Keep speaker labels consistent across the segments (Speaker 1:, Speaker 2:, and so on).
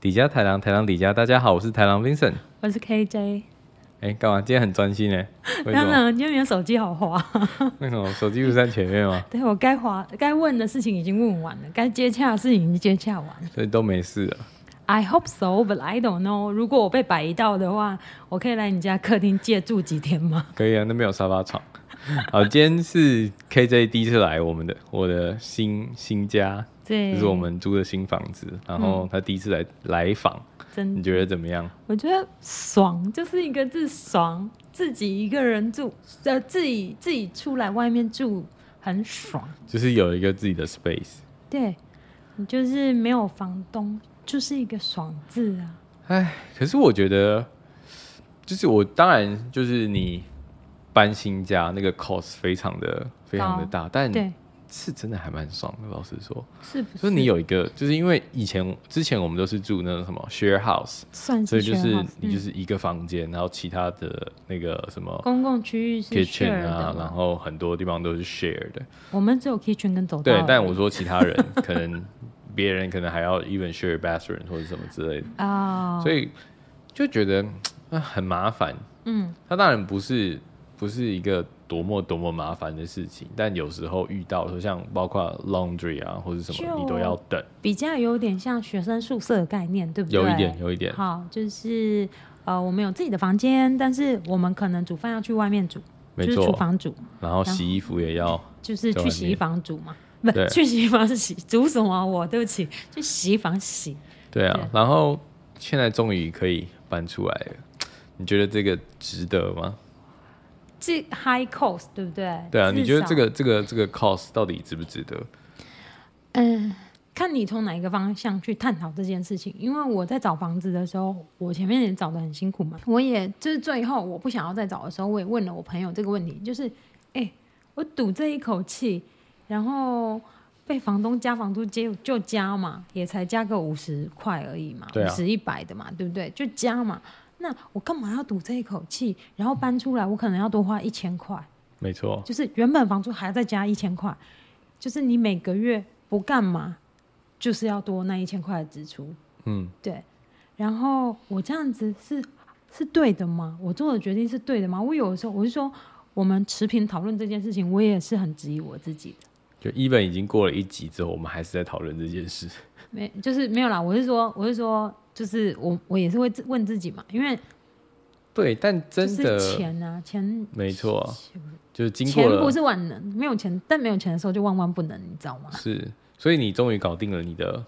Speaker 1: 底加台郎，台郎底加，大家好，我是台郎 Vincent。
Speaker 2: 我是 KJ。
Speaker 1: 哎、干嘛？今天很专心呢？为什
Speaker 2: 当
Speaker 1: 么？
Speaker 2: 然，今天没有手机好滑。
Speaker 1: 为什么？手机不是在前面吗？
Speaker 2: 对我该滑、该问的事情已经问完了，该接洽的事情已经接洽完了。
Speaker 1: 所以都没事了。
Speaker 2: I hope so, but I don't know。如果我被摆一道的话，我可以来你家客厅借住几 天吗？
Speaker 1: 可以啊，那边有沙发床。 好，今天是 KJ 第一次来我们的我的新新家，
Speaker 2: 对，
Speaker 1: 就是我们租的新房子。然后他第一次来来访，
Speaker 2: 真
Speaker 1: 你觉得怎么样？
Speaker 2: 我觉得爽就是一个字爽，自己一个人住，呃，自己自己出来外面住很爽。
Speaker 1: 就是有一个自己的 space。
Speaker 2: 对，你就是没有房东，就是一个爽字啊。
Speaker 1: 哎，可是我觉得，就是我当然就是你搬新家那个 cost 非常的非常的大，但
Speaker 2: 对，
Speaker 1: 是真的还蛮爽的。老实说，
Speaker 2: 是不是？
Speaker 1: 就是你有一个，就是因为以前之前我们都是住那种什么 share house，
Speaker 2: 算
Speaker 1: 所
Speaker 2: 是
Speaker 1: 以就
Speaker 2: 学
Speaker 1: 是
Speaker 2: 好，
Speaker 1: 你就
Speaker 2: 嗯
Speaker 1: 是一个房间，然后其他的那个什么
Speaker 2: 公共区域是
Speaker 1: kitchen
Speaker 2: share 的
Speaker 1: 啊
Speaker 2: 嘛，哦
Speaker 1: 然后很多地方都是 share 的。
Speaker 2: 我们只有 kitchen 跟走道而
Speaker 1: 对
Speaker 2: 已。，
Speaker 1: 但我说其他 人可能别人可能还要 even share bathroom 或者什么之类的，
Speaker 2: 啊，
Speaker 1: 所以就觉得啊很麻烦。
Speaker 2: 嗯，
Speaker 1: 它当然不是不是一个多么多么麻烦的事情，但有时候遇到说像包括 laundry 啊或者什么，
Speaker 2: 就
Speaker 1: 你都要等，
Speaker 2: 比较有点像学生宿舍的概念，对不对？
Speaker 1: 有一点有一点。
Speaker 2: 好，就是呃，我们有自己的房间，但是我们可能煮饭要去外面煮，
Speaker 1: 没
Speaker 2: 就是厨
Speaker 1: 错，
Speaker 2: 房煮，
Speaker 1: 然后洗衣服也要，
Speaker 2: 就是
Speaker 1: 在外
Speaker 2: 去洗衣
Speaker 1: 面
Speaker 2: 房煮嘛。不
Speaker 1: 对，啊
Speaker 2: 去洗衣房是洗煮什么啊？我对不起，去洗衣房洗。
Speaker 1: 对啊。然后现在终于可以搬出来了，你觉得这个值得吗？
Speaker 2: 这 high cost 对不对？
Speaker 1: 对啊，
Speaker 2: 至
Speaker 1: 你觉得
Speaker 2: 少
Speaker 1: 这个这个这个 cost 到底值不值得？
Speaker 2: 嗯，看你从哪一个方向去探讨这件事情。因为我在找房子的时候，我前面也找的很辛苦嘛，我也就是最后我不想要再找的时候，我也问了我朋友这个问题，就是，哎、我赌这一口气，然后被房东加房租就就加嘛，也才加个五十块而已嘛，
Speaker 1: 对
Speaker 2: 五
Speaker 1: 啊
Speaker 2: 十一百的嘛，对不对？就加嘛。那我干嘛要赌这一口气？然后搬出来，我可能要多花一千块。
Speaker 1: 没错，
Speaker 2: 就是原本房租还要再加一千块，就是你每个月不干嘛，就是要多那一千块的支出。
Speaker 1: 嗯，
Speaker 2: 对，然后我这样子是是对的吗？我做的决定是对的吗？我有的时候我是说，我们持平讨论这件事情，我也是很质疑我自己的。
Speaker 1: 就 even 已经过了一集之后，我们还是在讨论这件事。
Speaker 2: 没，就是没有啦。我是说，我是说，就是我我也是会自问自己嘛，因为
Speaker 1: 对，但
Speaker 2: 就
Speaker 1: 真
Speaker 2: 是
Speaker 1: 的
Speaker 2: 钱啊，钱
Speaker 1: 没错啊，就是经过
Speaker 2: 钱
Speaker 1: 了
Speaker 2: 不是万能，没有钱，但没有钱的时候就万万不能，你知道吗？
Speaker 1: 是，所以你终于搞定了你的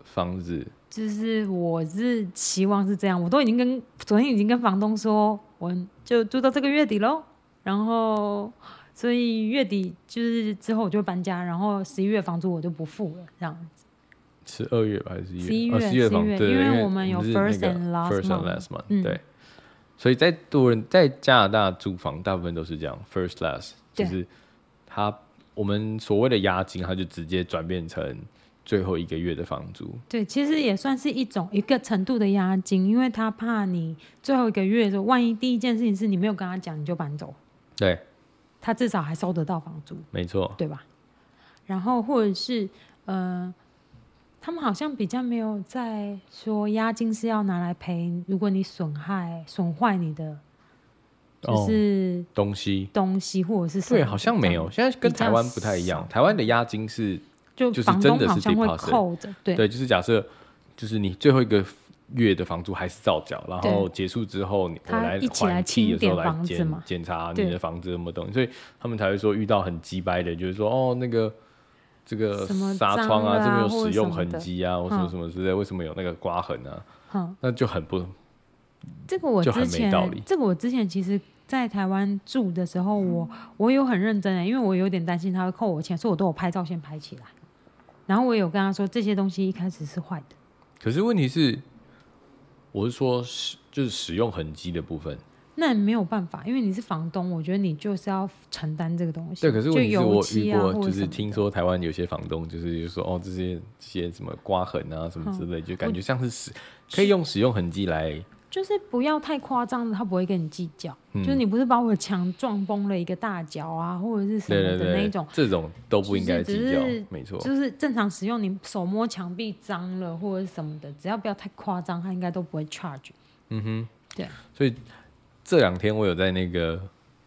Speaker 1: 房子，
Speaker 2: 就是我是期望是这样，我都已经跟昨天已经跟房东说，我就住到这个月底喽。然后，所以月底就是之后我就搬家，然后十一月房租我就不付了，这样子。
Speaker 1: 十二月吧，还是
Speaker 2: 11
Speaker 1: 一月？
Speaker 2: 月
Speaker 1: 哦11月房
Speaker 2: 11月
Speaker 1: 对，
Speaker 2: 因为
Speaker 1: 因
Speaker 2: 我们有
Speaker 1: 是
Speaker 2: first
Speaker 1: 那个
Speaker 2: and last
Speaker 1: first and
Speaker 2: month
Speaker 1: last month，、
Speaker 2: 嗯
Speaker 1: 对。所以在多人在加拿大住房，大部分都是这样，first last，就
Speaker 2: 对
Speaker 1: 是他我们所谓的押金，他就直接转变成最后一个月的房租。
Speaker 2: 对，其实也算是一种一个程度的押金，因为他怕你最后一个月的时候，万一第一件事情是你没有跟他讲你就搬走，
Speaker 1: 对，
Speaker 2: 他至少还收得到房租。
Speaker 1: 没错，
Speaker 2: 对吧？然后或者是呃，他们好像比较没有在说押金是要拿来赔，如果你损害损坏你的就
Speaker 1: 哦、
Speaker 2: 是
Speaker 1: 东西。
Speaker 2: 东西或者是什么
Speaker 1: 对，好像没有，现在跟
Speaker 2: 比较
Speaker 1: 台湾不太一样。台湾的押金是
Speaker 2: 这样，
Speaker 1: 就是
Speaker 2: 就房
Speaker 1: 真
Speaker 2: 东
Speaker 1: 的是
Speaker 2: 好像会
Speaker 1: deposit
Speaker 2: 扣着，对
Speaker 1: 对，就是假设，就是你最后一个月的房租还是照缴，然后结束之后，你我
Speaker 2: 他
Speaker 1: 来
Speaker 2: 一起
Speaker 1: 还
Speaker 2: 来
Speaker 1: 替的
Speaker 2: 清
Speaker 1: 时候
Speaker 2: 点
Speaker 1: 来
Speaker 2: 房子
Speaker 1: 检
Speaker 2: 嘛
Speaker 1: 检查
Speaker 2: 对
Speaker 1: 你的房子有没有东西，所以他们才会说遇到很鸡掰的，就是说哦那个。这个
Speaker 2: 什么
Speaker 1: 纱窗
Speaker 2: 脏了
Speaker 1: 啊，这
Speaker 2: 啊
Speaker 1: 边有
Speaker 2: 或
Speaker 1: 使
Speaker 2: 者
Speaker 1: 用
Speaker 2: 什么
Speaker 1: 痕
Speaker 2: 的
Speaker 1: 迹啊，或什么
Speaker 2: 嗯
Speaker 1: 什么之类，为什么有那个刮痕啊？
Speaker 2: 嗯，
Speaker 1: 那就很不
Speaker 2: 这个我
Speaker 1: 就很
Speaker 2: 之
Speaker 1: 没
Speaker 2: 前
Speaker 1: 道理嗯
Speaker 2: 这个我之前其实。在台湾住的时候，我我有很认真欸的、因为我有点担心他会扣我钱，所以我都有拍照先拍起来。然后我也有跟他说，这些东西一开始是坏的，
Speaker 1: 可是问题是，我是说，使就是使用痕迹的部分。
Speaker 2: 那没有办法，因为你是房东，我觉得你就是要承担这个东西。
Speaker 1: 对，可是问题是
Speaker 2: 就
Speaker 1: 我
Speaker 2: 油漆
Speaker 1: 遇
Speaker 2: 啊
Speaker 1: 过，
Speaker 2: 或
Speaker 1: 就
Speaker 2: 者什
Speaker 1: 是
Speaker 2: 么的
Speaker 1: 听说台湾有些房东就是就说哦，
Speaker 2: 嗯
Speaker 1: 这些这些什么刮痕啊什么之类，就感觉像是使可以用使用痕迹来
Speaker 2: 就是不要太夸张了，他不会跟你计较。
Speaker 1: 嗯
Speaker 2: 就是你不是把我墙撞崩了一个大角啊，或者是什
Speaker 1: 对
Speaker 2: 么
Speaker 1: 对
Speaker 2: 的
Speaker 1: 对，
Speaker 2: 那一种，
Speaker 1: 这种都不应该
Speaker 2: 就
Speaker 1: 计
Speaker 2: 是只
Speaker 1: 较
Speaker 2: 是，
Speaker 1: 没错，
Speaker 2: 就是正常使用，你手摸墙壁脏了或者什么的，只要不要太夸张，他应该都不会 charge。
Speaker 1: 嗯哼，
Speaker 2: 对，
Speaker 1: 所以这两天我有在那个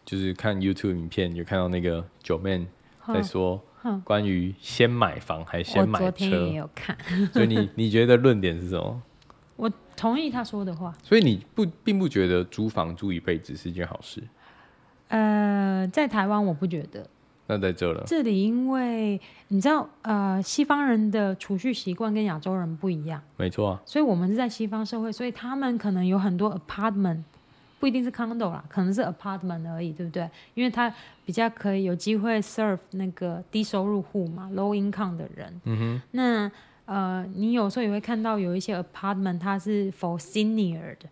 Speaker 1: 就是看 YouTube 影片，有看到那个九妹在
Speaker 2: 嗯
Speaker 1: 说
Speaker 2: 嗯
Speaker 1: 关于先买房还是
Speaker 2: 我
Speaker 1: 先
Speaker 2: 昨
Speaker 1: 买
Speaker 2: 天也
Speaker 1: 车，
Speaker 2: 有看，
Speaker 1: 所以你你觉得论点是什么？
Speaker 2: 我同意他说的话。
Speaker 1: 所以你不并不觉得租房住一辈子是一件好事？
Speaker 2: 呃，在台湾我不觉得，
Speaker 1: 那在这了，
Speaker 2: 这里因为你知道，呃，西方人的储蓄习惯跟亚洲人不一样，
Speaker 1: 没错啊，
Speaker 2: 所以我们是在西方社会，所以他们可能有很多 apartment，不一定是 condo 啦，可能是 apartment 而已，对不对？因为他比较可以有机会 serve 那个低收入户嘛，low income 的人。
Speaker 1: 嗯
Speaker 2: 那呃，你有时候也会看到有一些 apartment 它是 for senior 的，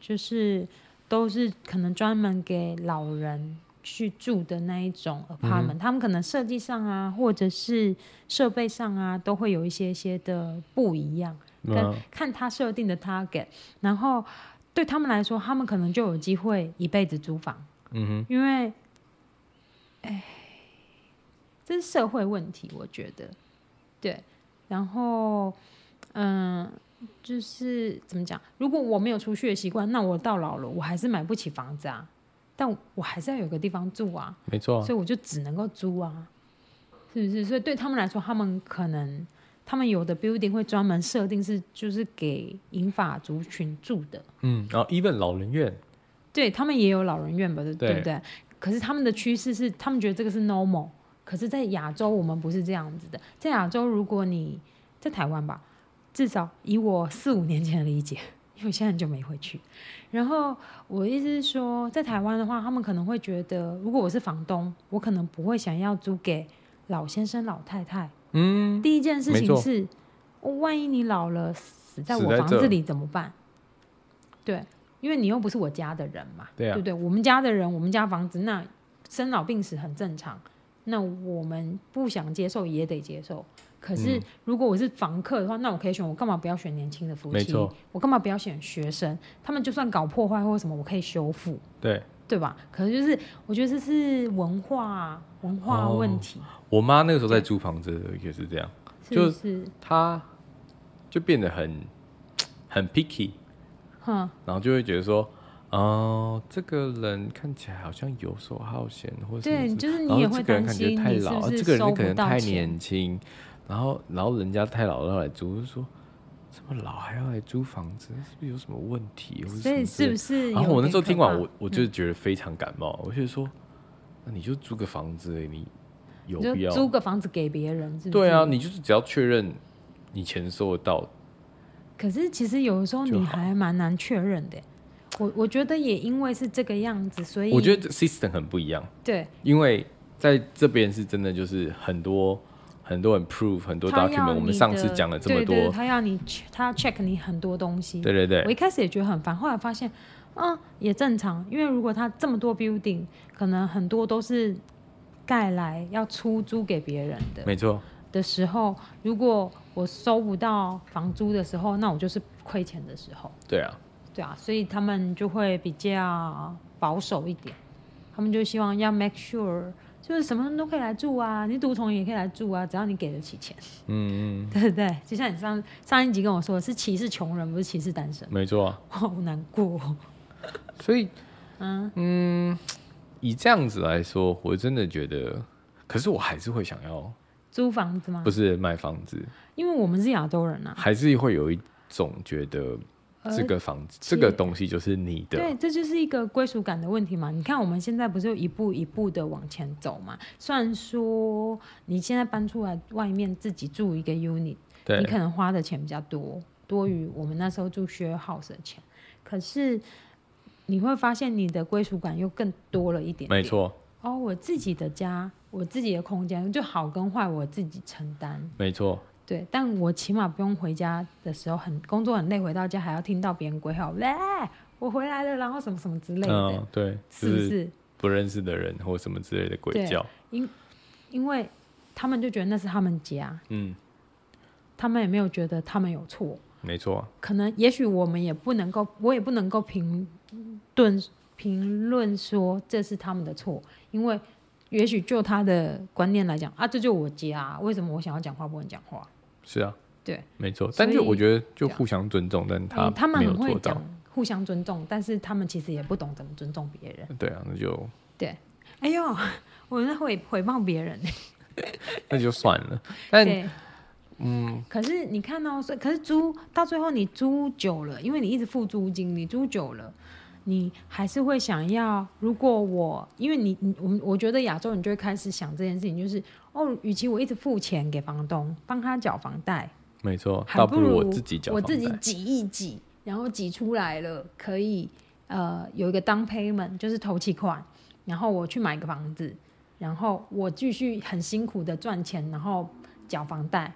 Speaker 2: 就是都是可能专门给老人去住的那一种 apartment，、他们可能设计上啊，或者是设备上啊，都会有一些些的不一样，
Speaker 1: 哼，
Speaker 2: 跟
Speaker 1: 那
Speaker 2: 看他设定的 target，然后对他们来说，他们可能就有机会一辈子租房。
Speaker 1: 嗯哼，
Speaker 2: 因为，哎，哎这是社会问题，我觉得，对。然后，嗯，就是怎么讲？如果我没有储蓄的习惯，那我到老了我还是买不起房子啊，但我还是要有个地方住啊，
Speaker 1: 没错啊，
Speaker 2: 所以我就只能够租啊，是不是？所以对他们来说，他们可能。他们有的 building 会专门设定是就是给银发族群住的，
Speaker 1: 嗯，然后 even 老人院，
Speaker 2: 对他们也有老人院吧，对
Speaker 1: 对
Speaker 2: 对不对？可是他们的趋势是，他们觉得这个是 normal，可是，在亚洲我们不是这样子的。在亚洲，如果你在台湾吧，至少以我四五年前的理解， 因为我现在很久没回去。然后我的意思是说，在台湾的话，他们可能会觉得，如果我是房东，我可能不会想要租给老先生、老太太。
Speaker 1: 嗯，
Speaker 2: 第一件事
Speaker 1: 没
Speaker 2: 情
Speaker 1: 错
Speaker 2: 是，哦万一你老了死在
Speaker 1: 死
Speaker 2: 我
Speaker 1: 在
Speaker 2: 房
Speaker 1: 这
Speaker 2: 子里怎么办？对，因为你又不是我家的人嘛，
Speaker 1: 对啊
Speaker 2: 对不对？我们家的人，我们家房子，那生老病死很正常。那我们不想接受也得接受。可是
Speaker 1: 嗯
Speaker 2: 如果我是房客的话，那我可以选，我干嘛不要选年轻的夫
Speaker 1: 没
Speaker 2: 妻
Speaker 1: 错？
Speaker 2: 我干嘛不要选学生？他们就算搞破坏或什么，我可以修复，
Speaker 1: 对
Speaker 2: 对吧？可是就是我觉得这是文化文化
Speaker 1: 哦
Speaker 2: 问题，
Speaker 1: 我妈那个时候在租房子的时候也是这样，
Speaker 2: 是不？
Speaker 1: 就是她就变得很很 picky，
Speaker 2: 哼，
Speaker 1: 然后就会觉得说，哦，这个人看起来好像游手好闲，或者什么
Speaker 2: 对，
Speaker 1: 之
Speaker 2: 就是
Speaker 1: 然
Speaker 2: 你也
Speaker 1: 后
Speaker 2: 会
Speaker 1: 这个人
Speaker 2: 担
Speaker 1: 感觉
Speaker 2: 心
Speaker 1: 太
Speaker 2: 你是
Speaker 1: 老，
Speaker 2: 不
Speaker 1: 啊
Speaker 2: 是
Speaker 1: 这个
Speaker 2: 收
Speaker 1: 人可
Speaker 2: 不
Speaker 1: 能
Speaker 2: 到
Speaker 1: 太
Speaker 2: 钱。
Speaker 1: 年轻，然后然后人家太老了要来租，我就说这么老还要来租房子，是不是有什么问题？或者
Speaker 2: 所
Speaker 1: 什
Speaker 2: 以
Speaker 1: 么之
Speaker 2: 是
Speaker 1: 类
Speaker 2: 不
Speaker 1: 的
Speaker 2: 是有点可怕？嗯
Speaker 1: 然后我那时候听完，我我就觉得非常感冒，我就说，那你就租个房子而已，你有必
Speaker 2: 你就
Speaker 1: 要？
Speaker 2: 租个房子给别人，是不是？
Speaker 1: 对啊，。你就是只要确认你钱收得到，
Speaker 2: 可是其实有的时候
Speaker 1: 就
Speaker 2: 你
Speaker 1: 好
Speaker 2: 还蛮难确认的。我我觉得也因为是这个样子，所以
Speaker 1: 我觉得这 system 很不一样。
Speaker 2: 对
Speaker 1: 因为在这边是真的就是很多很多很 proof 很多
Speaker 2: 他要
Speaker 1: document，我
Speaker 2: 你
Speaker 1: 们上次
Speaker 2: 的
Speaker 1: 讲了这么
Speaker 2: 对
Speaker 1: 多
Speaker 2: 对，对他要你 che- 他要 check 你很多东西。
Speaker 1: 对对
Speaker 2: 我
Speaker 1: 对
Speaker 2: 一开始也觉得很烦，后来发现，嗯，也正常，因为如果他这么多 building，可能很多都是盖来要出租给别人的。
Speaker 1: 没错，
Speaker 2: 的时候，如果我收不到房租的时候，那我就是亏钱的时候，
Speaker 1: 对啊，
Speaker 2: 对啊，所以他们就会比较保守一点，他们就希望要 make sure，就是什么人都可以来住啊，你独宠也可以来住啊，只要你给得起钱，
Speaker 1: 嗯，嗯
Speaker 2: 对不对？就像你上上一集跟我说的，是歧视穷人，不是歧视单身，
Speaker 1: 没错啊。
Speaker 2: 我好难过哦、
Speaker 1: 所以，嗯以这样子来说，我真的觉得，可是我还是会想要，
Speaker 2: 租房子吗
Speaker 1: 不？是买房子，
Speaker 2: 因为我们是亚洲人啊，
Speaker 1: 还是会有一种觉得
Speaker 2: 呃
Speaker 1: 这个房子、这个东西就是你的，
Speaker 2: 对，这就是一个归属感的问题嘛。你看我们现在不是有一步一步的往前走嘛？虽然说你现在搬出来外面自己住一个 unit，
Speaker 1: 对
Speaker 2: 你可能花的钱比较多，多于我们那时候住 share house 的钱，可是你会发现你的归属感又更多了一点
Speaker 1: 没
Speaker 2: 点。
Speaker 1: 错，
Speaker 2: 哦，我自己的家，我自己的空间，就好跟坏我自己承担。
Speaker 1: 没错，
Speaker 2: 对，但我起码不用回家的时候很工作很累，回到家还要听到别人鬼吼，喂，我回来了，然后什么什么之类的，
Speaker 1: 嗯，对，
Speaker 2: 是不？
Speaker 1: 就是不认识的人或什么之类的鬼
Speaker 2: 对
Speaker 1: 叫，
Speaker 2: 因为他们就觉得那是他们家，
Speaker 1: 嗯，
Speaker 2: 他们也没有觉得他们有错，
Speaker 1: 没错啊，
Speaker 2: 可能也许我们也不能够，我也不能够评论评论说这是他们的错，因为也许就他的观念来讲啊，这就我家、啊，为什么我想要讲话不能讲话？
Speaker 1: 是啊，
Speaker 2: 对，
Speaker 1: 没错。
Speaker 2: 所以
Speaker 1: 但就我觉得就互相尊重，但
Speaker 2: 嗯他们
Speaker 1: 没有
Speaker 2: 很会
Speaker 1: 做
Speaker 2: 讲
Speaker 1: 到。
Speaker 2: 互相尊重，但是他们其实也不懂怎么尊重别人。
Speaker 1: 对啊，那就
Speaker 2: 哎呦，我们在毁毁谤别人。
Speaker 1: 那就算了。但
Speaker 2: 对，
Speaker 1: 嗯，
Speaker 2: 可是你看到、所以可是租到最后你租久了，因为你一直付租金，你租久了，你还是会想要。如果我，因为你，你我们我觉得亚洲人就会开始想这件事情，就是哦，与其我一直付钱给房东帮他缴房贷，
Speaker 1: 没错，
Speaker 2: 还
Speaker 1: 倒不如
Speaker 2: 如
Speaker 1: 我自己缴
Speaker 2: 我
Speaker 1: 房
Speaker 2: 自己
Speaker 1: 贷。
Speaker 2: 挤一挤，然后挤出来了，可以呃有一个 down payment，就是头期款，然后我去买个房子，然后我继续很辛苦的赚钱，然后缴房贷，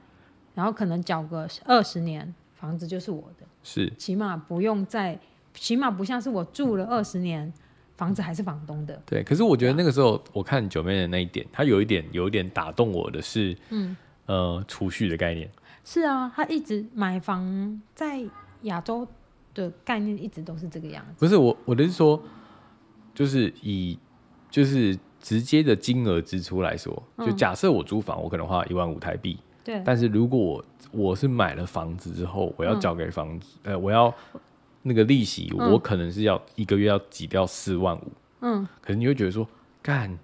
Speaker 2: 然后可能缴个二十年，房子就是我的，
Speaker 1: 是
Speaker 2: 起码不用再，起码不像是我住了二十年，房子还是房东的，
Speaker 1: 对，可是我觉得
Speaker 2: 啊
Speaker 1: 那个时候我看九妹的那一点，她有一点有一点打动我的是，
Speaker 2: 嗯，
Speaker 1: 呃，储蓄的概念。
Speaker 2: 是啊，他一直买房在亚洲的概念一直都是这个样子，
Speaker 1: 不是我我的是说，就是以就是直接的金额支出来说，
Speaker 2: 嗯
Speaker 1: 就假设我租房，我可能花一万五台币，
Speaker 2: 对，
Speaker 1: 但是如果我我是买了房子之后，我要缴给房子，呃，我要那个利息，
Speaker 2: 嗯
Speaker 1: 我可能是要一个月要挤掉四万五，
Speaker 2: 嗯，
Speaker 1: 可是你会觉得说，干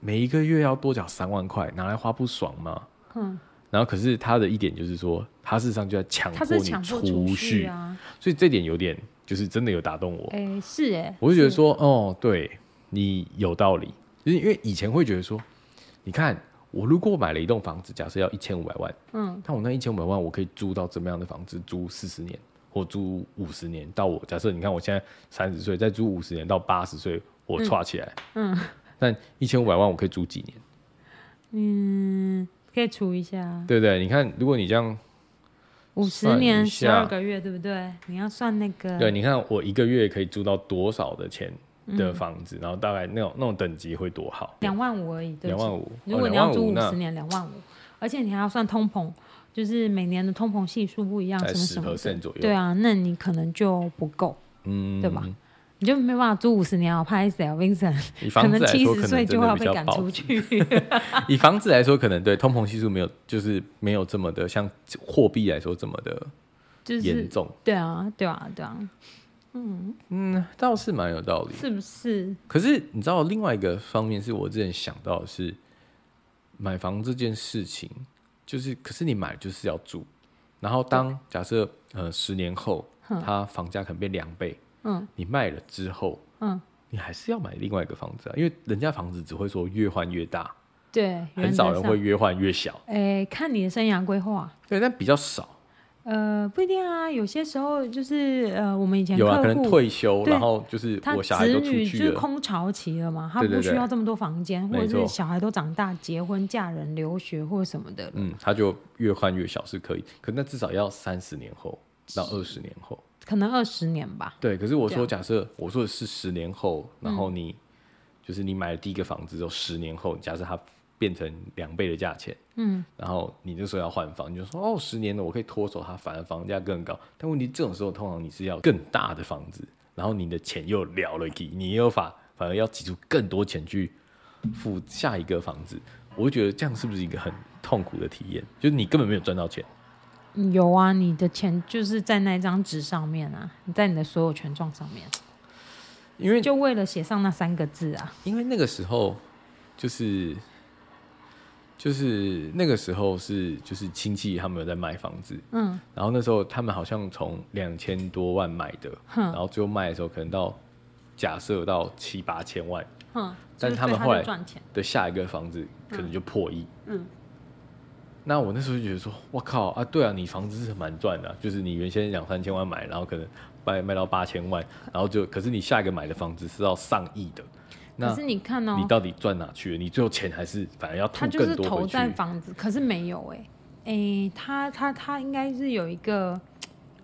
Speaker 1: 每一个月要多缴三万块，拿来花不爽吗？
Speaker 2: 嗯，
Speaker 1: 然后可是他的一点就是说，他事实上就在强
Speaker 2: 他
Speaker 1: 迫
Speaker 2: 是
Speaker 1: 你
Speaker 2: 强迫
Speaker 1: 储
Speaker 2: 蓄啊。
Speaker 1: 所以这点有点就是真的有打动我。
Speaker 2: 哎、是哎、
Speaker 1: 我就觉得
Speaker 2: 是，
Speaker 1: 说，哦，对你有道理，就是因为以前会觉得说，你看我如果买了一栋房子，假设要一千五百万，
Speaker 2: 嗯，
Speaker 1: 那我那一千五百万我可以租到怎么样的房子？租四十年，或租五十年，到我假设你看我现在三十岁，再租五十年到八十岁，我歘起来，
Speaker 2: 嗯，
Speaker 1: 但一千五百万我可以租几年？
Speaker 2: 可以除一下，
Speaker 1: 对不对？你看，如果你这样，
Speaker 2: 五十
Speaker 1: 算
Speaker 2: 年
Speaker 1: 一
Speaker 2: 十
Speaker 1: 下
Speaker 2: 二个月，对不对？你要算那个，
Speaker 1: 对，你看我一个月可以租到多少的钱
Speaker 2: 嗯
Speaker 1: 的房子，然后大概那种那种等级会多好？
Speaker 2: 两万五而已，对
Speaker 1: 两
Speaker 2: 不起
Speaker 1: 万五，
Speaker 2: 如果
Speaker 1: 哦
Speaker 2: 你
Speaker 1: 两
Speaker 2: 要
Speaker 1: 万
Speaker 2: 租
Speaker 1: 五
Speaker 2: 五
Speaker 1: 那
Speaker 2: 十年，两万五，而且你还要算通膨，就是每年的通膨系数不一样，
Speaker 1: 在
Speaker 2: 什么
Speaker 1: 十
Speaker 2: 什么的，
Speaker 1: percent 左右，
Speaker 2: 对啊，那你可能就不够，
Speaker 1: 嗯，
Speaker 2: 对吧？你就没办法租五十年哦，拍谁啊，Vincent？
Speaker 1: 以
Speaker 2: 可
Speaker 1: 房子
Speaker 2: 能
Speaker 1: 来
Speaker 2: 七
Speaker 1: 说，
Speaker 2: 十
Speaker 1: 可
Speaker 2: 岁
Speaker 1: 能
Speaker 2: 就
Speaker 1: 真的
Speaker 2: 要被
Speaker 1: 比较
Speaker 2: 赶
Speaker 1: 保
Speaker 2: 出
Speaker 1: 值。
Speaker 2: 去。
Speaker 1: 以房子来说，可能对通膨系数没有，就是没有这么的像货币来说这么的
Speaker 2: 就
Speaker 1: 严
Speaker 2: 是
Speaker 1: 重。
Speaker 2: 对啊，对啊，对啊，
Speaker 1: 嗯，倒是蛮有道理。
Speaker 2: 是不是？
Speaker 1: 可是你知道，另外一个方面是我之前想到的是，买房这件事情，就是可是你买就是要住，然后当假设呃十年后，它房价可能变两倍，
Speaker 2: 嗯，
Speaker 1: 你卖了之后，
Speaker 2: 嗯，
Speaker 1: 你还是要买另外一个房子啊，因为人家房子只会说越换越大，
Speaker 2: 对，
Speaker 1: 很少人
Speaker 2: 原则上
Speaker 1: 会。越换越小，
Speaker 2: 哎，看你的生涯规划。
Speaker 1: 对，但比较少。
Speaker 2: 呃，不一定啊，有些时候就是呃，我们以前
Speaker 1: 有
Speaker 2: 客
Speaker 1: 啊，
Speaker 2: 户
Speaker 1: 可能退休，
Speaker 2: 对
Speaker 1: 然后就是
Speaker 2: 他
Speaker 1: 我小孩
Speaker 2: 子
Speaker 1: 都出
Speaker 2: 女就
Speaker 1: 去
Speaker 2: 是
Speaker 1: 了，
Speaker 2: 空巢期了嘛，他
Speaker 1: 对对
Speaker 2: 不需
Speaker 1: 对
Speaker 2: 要这么多房间，
Speaker 1: 没
Speaker 2: 或者
Speaker 1: 错
Speaker 2: 是小孩都长大结婚嫁人留学或什么的，
Speaker 1: 嗯，他就越换越小是可以，可那至少要三十年后到二十年后。
Speaker 2: 可能二十年吧。
Speaker 1: 对，可是我
Speaker 2: 这
Speaker 1: 说
Speaker 2: 样嗯
Speaker 1: 假设我说的是十年后，然后你、就是你买了第一个房子之后，十年后假设它变成两倍的价钱，
Speaker 2: 嗯，
Speaker 1: 然后你这时候要换房，你就说哦，十年了我可以脱手它，反而房价更高。但问题这种时候通常你是要更大的房子，然后你的钱又了了一，你又反反而要挤出更多钱去付下一个房子，我会觉得这样是不是一个很痛苦的体验？就是你根本没有赚到钱。
Speaker 2: 有啊，你的钱就是在那张纸上面啊，你在你的所有权状上面，
Speaker 1: 因为
Speaker 2: 就为了写上那三个字啊。
Speaker 1: 因为那个时候就是就是那个时候是就是亲戚他们有在卖房子，
Speaker 2: 嗯，
Speaker 1: 然后那时候他们好像从两千多万买的，
Speaker 2: 哼
Speaker 1: 然后最后卖的时候可能到假设到七八千万
Speaker 2: 哼，
Speaker 1: 但
Speaker 2: 就是
Speaker 1: 他们
Speaker 2: 对
Speaker 1: 后来
Speaker 2: 就赚钱，
Speaker 1: 的下一个房子可能就破亿。
Speaker 2: 嗯，
Speaker 1: 那我那时候就觉得说，我靠啊，对啊，你房子是蛮赚的啊、就是你原先两三千万买，然后可能卖卖到八千万，然后就可是你下一个买的房子是要上亿的，那
Speaker 2: 可是你看哦，
Speaker 1: 你到底赚哪去了？你最后钱还是反而要
Speaker 2: 他
Speaker 1: 吐
Speaker 2: 就是
Speaker 1: 更多
Speaker 2: 投
Speaker 1: 回去
Speaker 2: 在？房子，可是没有哎、哎、他他他应该是有一个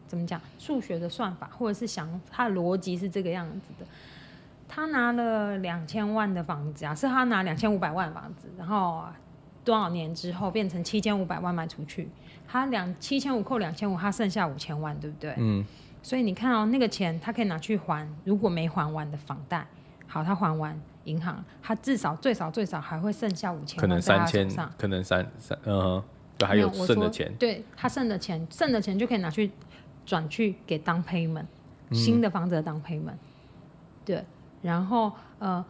Speaker 2: 怎么讲数学的算法，或者是想他的逻辑是这个样子的。他拿了两千万的房子啊，是他拿两千五百万的房子，然后多少年之后变成七千五百万卖出去，他两七千五扣两千五，他剩下五千万，对不对？
Speaker 1: 嗯。
Speaker 2: 所以你看哦，那个钱他可以拿去还，如果没还完的房贷，好，他还完银行，他至少最少最少还会剩下五千，
Speaker 1: 可能三千
Speaker 2: 上。，
Speaker 1: 可能三三，嗯哼，就还
Speaker 2: 没
Speaker 1: 有
Speaker 2: 我
Speaker 1: 剩的
Speaker 2: 说
Speaker 1: 钱，
Speaker 2: 对他剩的钱，剩的钱就可以拿去转去给当 payment，、新
Speaker 1: 嗯
Speaker 2: 的房子的当 payment。对，然后呃，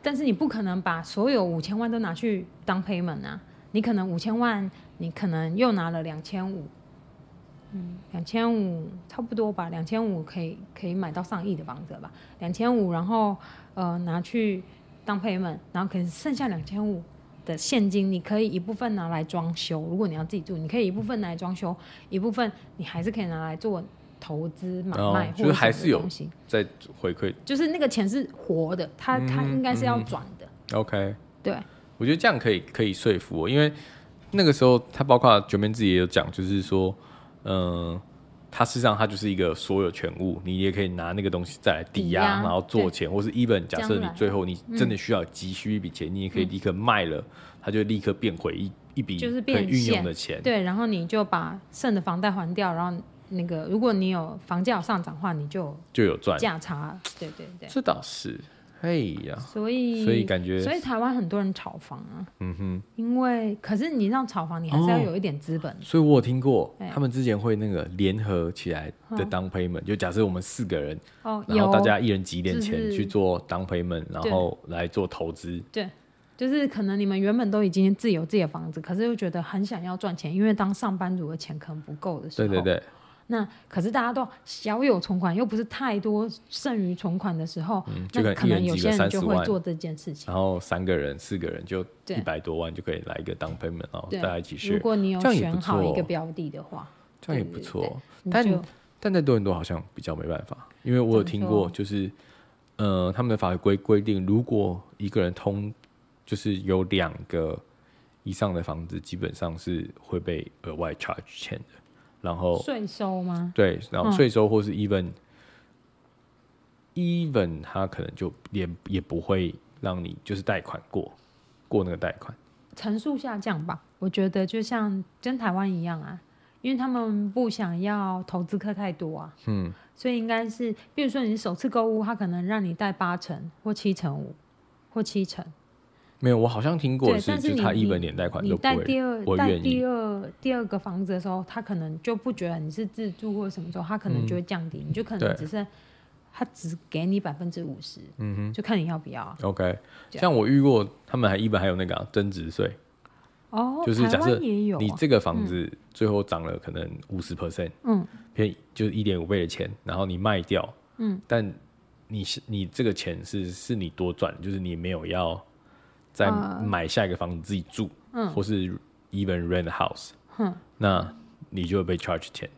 Speaker 2: 但是你不可能把所有五千万都拿去当 payment 啊，你可能五千万，你可能又拿了两千五。嗯，两千五差不多吧，两千五可以可以买到上亿的房子了吧，两千五，然后呃拿去当 payment，然后可能剩下两千五的现金，你可以一部分拿来装修，如果你要自己住，你可以一部分拿来装修，一部分你还是可以拿来做投资买
Speaker 1: 哦
Speaker 2: 卖，或
Speaker 1: 就
Speaker 2: 者
Speaker 1: 是还
Speaker 2: 什么
Speaker 1: 是有
Speaker 2: 东西，
Speaker 1: 再回馈。
Speaker 2: 就是那个钱是活的，它它应该是要转的，
Speaker 1: OK，
Speaker 2: 嗯对，
Speaker 1: 我觉得这样可以可以说服我，因为那个时候他包括九面自己也有讲，就是说，嗯、他事实上他就是一个所有权物，你也可以拿那个东西再来抵押，
Speaker 2: 抵押
Speaker 1: 然后做钱，或是 even 假设
Speaker 2: 将
Speaker 1: 你
Speaker 2: 来嗯
Speaker 1: 最后你真的需要急需一笔钱，你也可以立刻卖了，它就立刻变回一一笔
Speaker 2: 就是
Speaker 1: 可以
Speaker 2: 变
Speaker 1: 运用
Speaker 2: 现
Speaker 1: 的钱。
Speaker 2: 对，然后你就把剩的房贷还掉，然后那个如果你有房价有上涨的话，你就有
Speaker 1: 就有赚。
Speaker 2: 价差，对对对，
Speaker 1: 这倒是，嘿呀，
Speaker 2: 所以
Speaker 1: 所以感觉
Speaker 2: 所以台湾很多人炒房啊，
Speaker 1: 嗯哼，
Speaker 2: 因为可是你让炒房，你还是要
Speaker 1: 哦
Speaker 2: 有一点资本，
Speaker 1: 所以我有听过
Speaker 2: 哎
Speaker 1: 他们之前会那个联合起来的当 payment，就假设我们四个人，
Speaker 2: 哦，
Speaker 1: 然
Speaker 2: 有
Speaker 1: 后大家一人几点
Speaker 2: 就
Speaker 1: 钱
Speaker 2: 是
Speaker 1: 去做当 payment，然
Speaker 2: 对
Speaker 1: 后来做投资，
Speaker 2: 对，就是可能你们原本都已经自己有自己的房子，可是又觉得很想要赚钱，因为当上班族的钱可能不够的时
Speaker 1: 对
Speaker 2: 候，
Speaker 1: 对。对，
Speaker 2: 那可是大家都小有存款，又不是太多剩余存款的时候，
Speaker 1: 嗯就可能
Speaker 2: 那可
Speaker 1: 一人
Speaker 2: 能
Speaker 1: 几
Speaker 2: 有
Speaker 1: 个
Speaker 2: 些人就
Speaker 1: 30
Speaker 2: 会
Speaker 1: 万
Speaker 2: 做这件事情。
Speaker 1: 然后三个人、四个人就
Speaker 2: 对
Speaker 1: 一百多万就可以来一个当 payment，然后
Speaker 2: 对
Speaker 1: 大家一起
Speaker 2: 如
Speaker 1: share，
Speaker 2: 果你有
Speaker 1: 这样也
Speaker 2: 选
Speaker 1: 不
Speaker 2: 好
Speaker 1: 错
Speaker 2: 一个
Speaker 1: 哦
Speaker 2: 标的的话，
Speaker 1: 这样也
Speaker 2: 对
Speaker 1: 不
Speaker 2: 对
Speaker 1: 错。
Speaker 2: 你
Speaker 1: 但
Speaker 2: 就
Speaker 1: 但在多伦多好像比较没办法，因为我有听过，就是呃，他们的法规规定，如果一个人通就是有两个以上的房子，基本上是会被额外 charge 钱的。然后
Speaker 2: 税收吗？
Speaker 1: 对，然后
Speaker 2: 嗯
Speaker 1: 税收或是 even、even 他可能就也也不会让你就是贷款过过那个贷款。
Speaker 2: 层数下降吧，我觉得就像跟台湾一样啊，因为他们不想要投资客太多啊，
Speaker 1: 嗯，
Speaker 2: 所以应该是，比如说你首次购物，他可能让你贷八成或七成五或七成，
Speaker 1: 没有，我好像听过
Speaker 2: 对
Speaker 1: 的是，
Speaker 2: 但
Speaker 1: 就是是
Speaker 2: 你
Speaker 1: 他
Speaker 2: 你
Speaker 1: even 连贷款
Speaker 2: 你
Speaker 1: 都不
Speaker 2: 贷
Speaker 1: 会，
Speaker 2: 第二
Speaker 1: 我
Speaker 2: 贷
Speaker 1: 愿意
Speaker 2: 第二第二个房子的时候，他可能就不觉得你是自住或者什么时候，他可能就会降低，你就可
Speaker 1: 嗯
Speaker 2: 能
Speaker 1: 对
Speaker 2: 只剩他只给你百分之五十，嗯哼，就看你要不要啊。
Speaker 1: OK，
Speaker 2: 这样
Speaker 1: 像我遇过，他们还一般还有那个啊增值税，
Speaker 2: 哦，
Speaker 1: 就是
Speaker 2: 台
Speaker 1: 假设
Speaker 2: 湾也有啊、
Speaker 1: 你这个房子最后涨了可能五十 percent，
Speaker 2: 嗯，
Speaker 1: 便宜就是一点五倍的钱，然后你卖掉，
Speaker 2: 嗯，
Speaker 1: 但你是你这个钱是是你多赚，就是你没有要再
Speaker 2: 啊
Speaker 1: 买下一个房子自己住，
Speaker 2: 嗯
Speaker 1: 或是 even rent a house，
Speaker 2: 哼
Speaker 1: 那你就会被 charge 钱。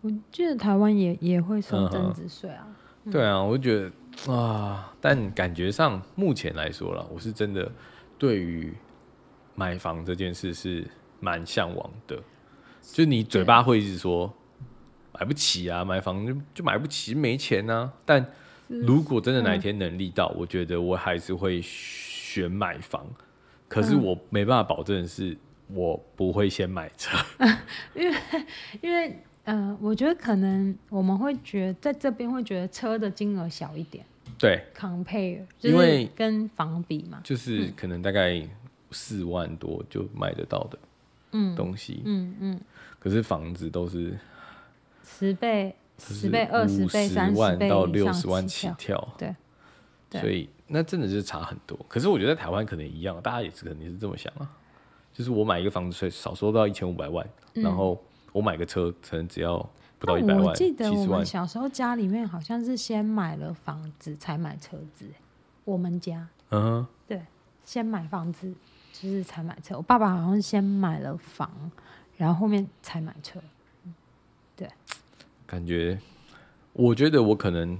Speaker 2: 我记得台湾也也会收
Speaker 1: 嗯哼
Speaker 2: 增值税啊。
Speaker 1: 对啊，我就觉得啊，但感觉上目前来说啦，我是真的对于买房这件事是蛮向往的。就你嘴巴会一直说买不起啊，买房就就买不起，没钱啊。但如果真的哪一天能力到，我觉得我还是会选买房。可是我没办法保证的是，我不会先买车。
Speaker 2: 因为嗯、呃我觉得可能我们会觉在这边会觉得车的金额小一点
Speaker 1: 对，
Speaker 2: ，compare
Speaker 1: 因
Speaker 2: 就
Speaker 1: 为
Speaker 2: 是跟房比嘛。
Speaker 1: 就是可能大概四万多就买得到的，
Speaker 2: 嗯
Speaker 1: 东西，
Speaker 2: 嗯嗯，
Speaker 1: 可是房子都是
Speaker 2: 十倍、
Speaker 1: 都
Speaker 2: 十
Speaker 1: 是
Speaker 2: 倍、二十倍、三
Speaker 1: 50
Speaker 2: 十
Speaker 1: 万
Speaker 2: 倍
Speaker 1: 到
Speaker 2: 以
Speaker 1: 六
Speaker 2: 上
Speaker 1: 十万
Speaker 2: 起
Speaker 1: 起
Speaker 2: 跳。
Speaker 1: 跳，
Speaker 2: 对，对
Speaker 1: 所以那真的是差很多。可是我觉得在台湾可能一样，大家也是肯定是这么想啊，就是我买一个房子税少收到一千五百万，然后我买个车可能只要不到一百
Speaker 2: 但嗯哦啊我
Speaker 1: 万，
Speaker 2: 记
Speaker 1: 七
Speaker 2: 得我
Speaker 1: 十万
Speaker 2: 们，小时候家里面好像是先买了房子才买车子，我们家
Speaker 1: 嗯哼，
Speaker 2: 对，先买房子就是才买车。我爸爸好像先买了房，然后后面才买车。
Speaker 1: 感觉我觉得我可能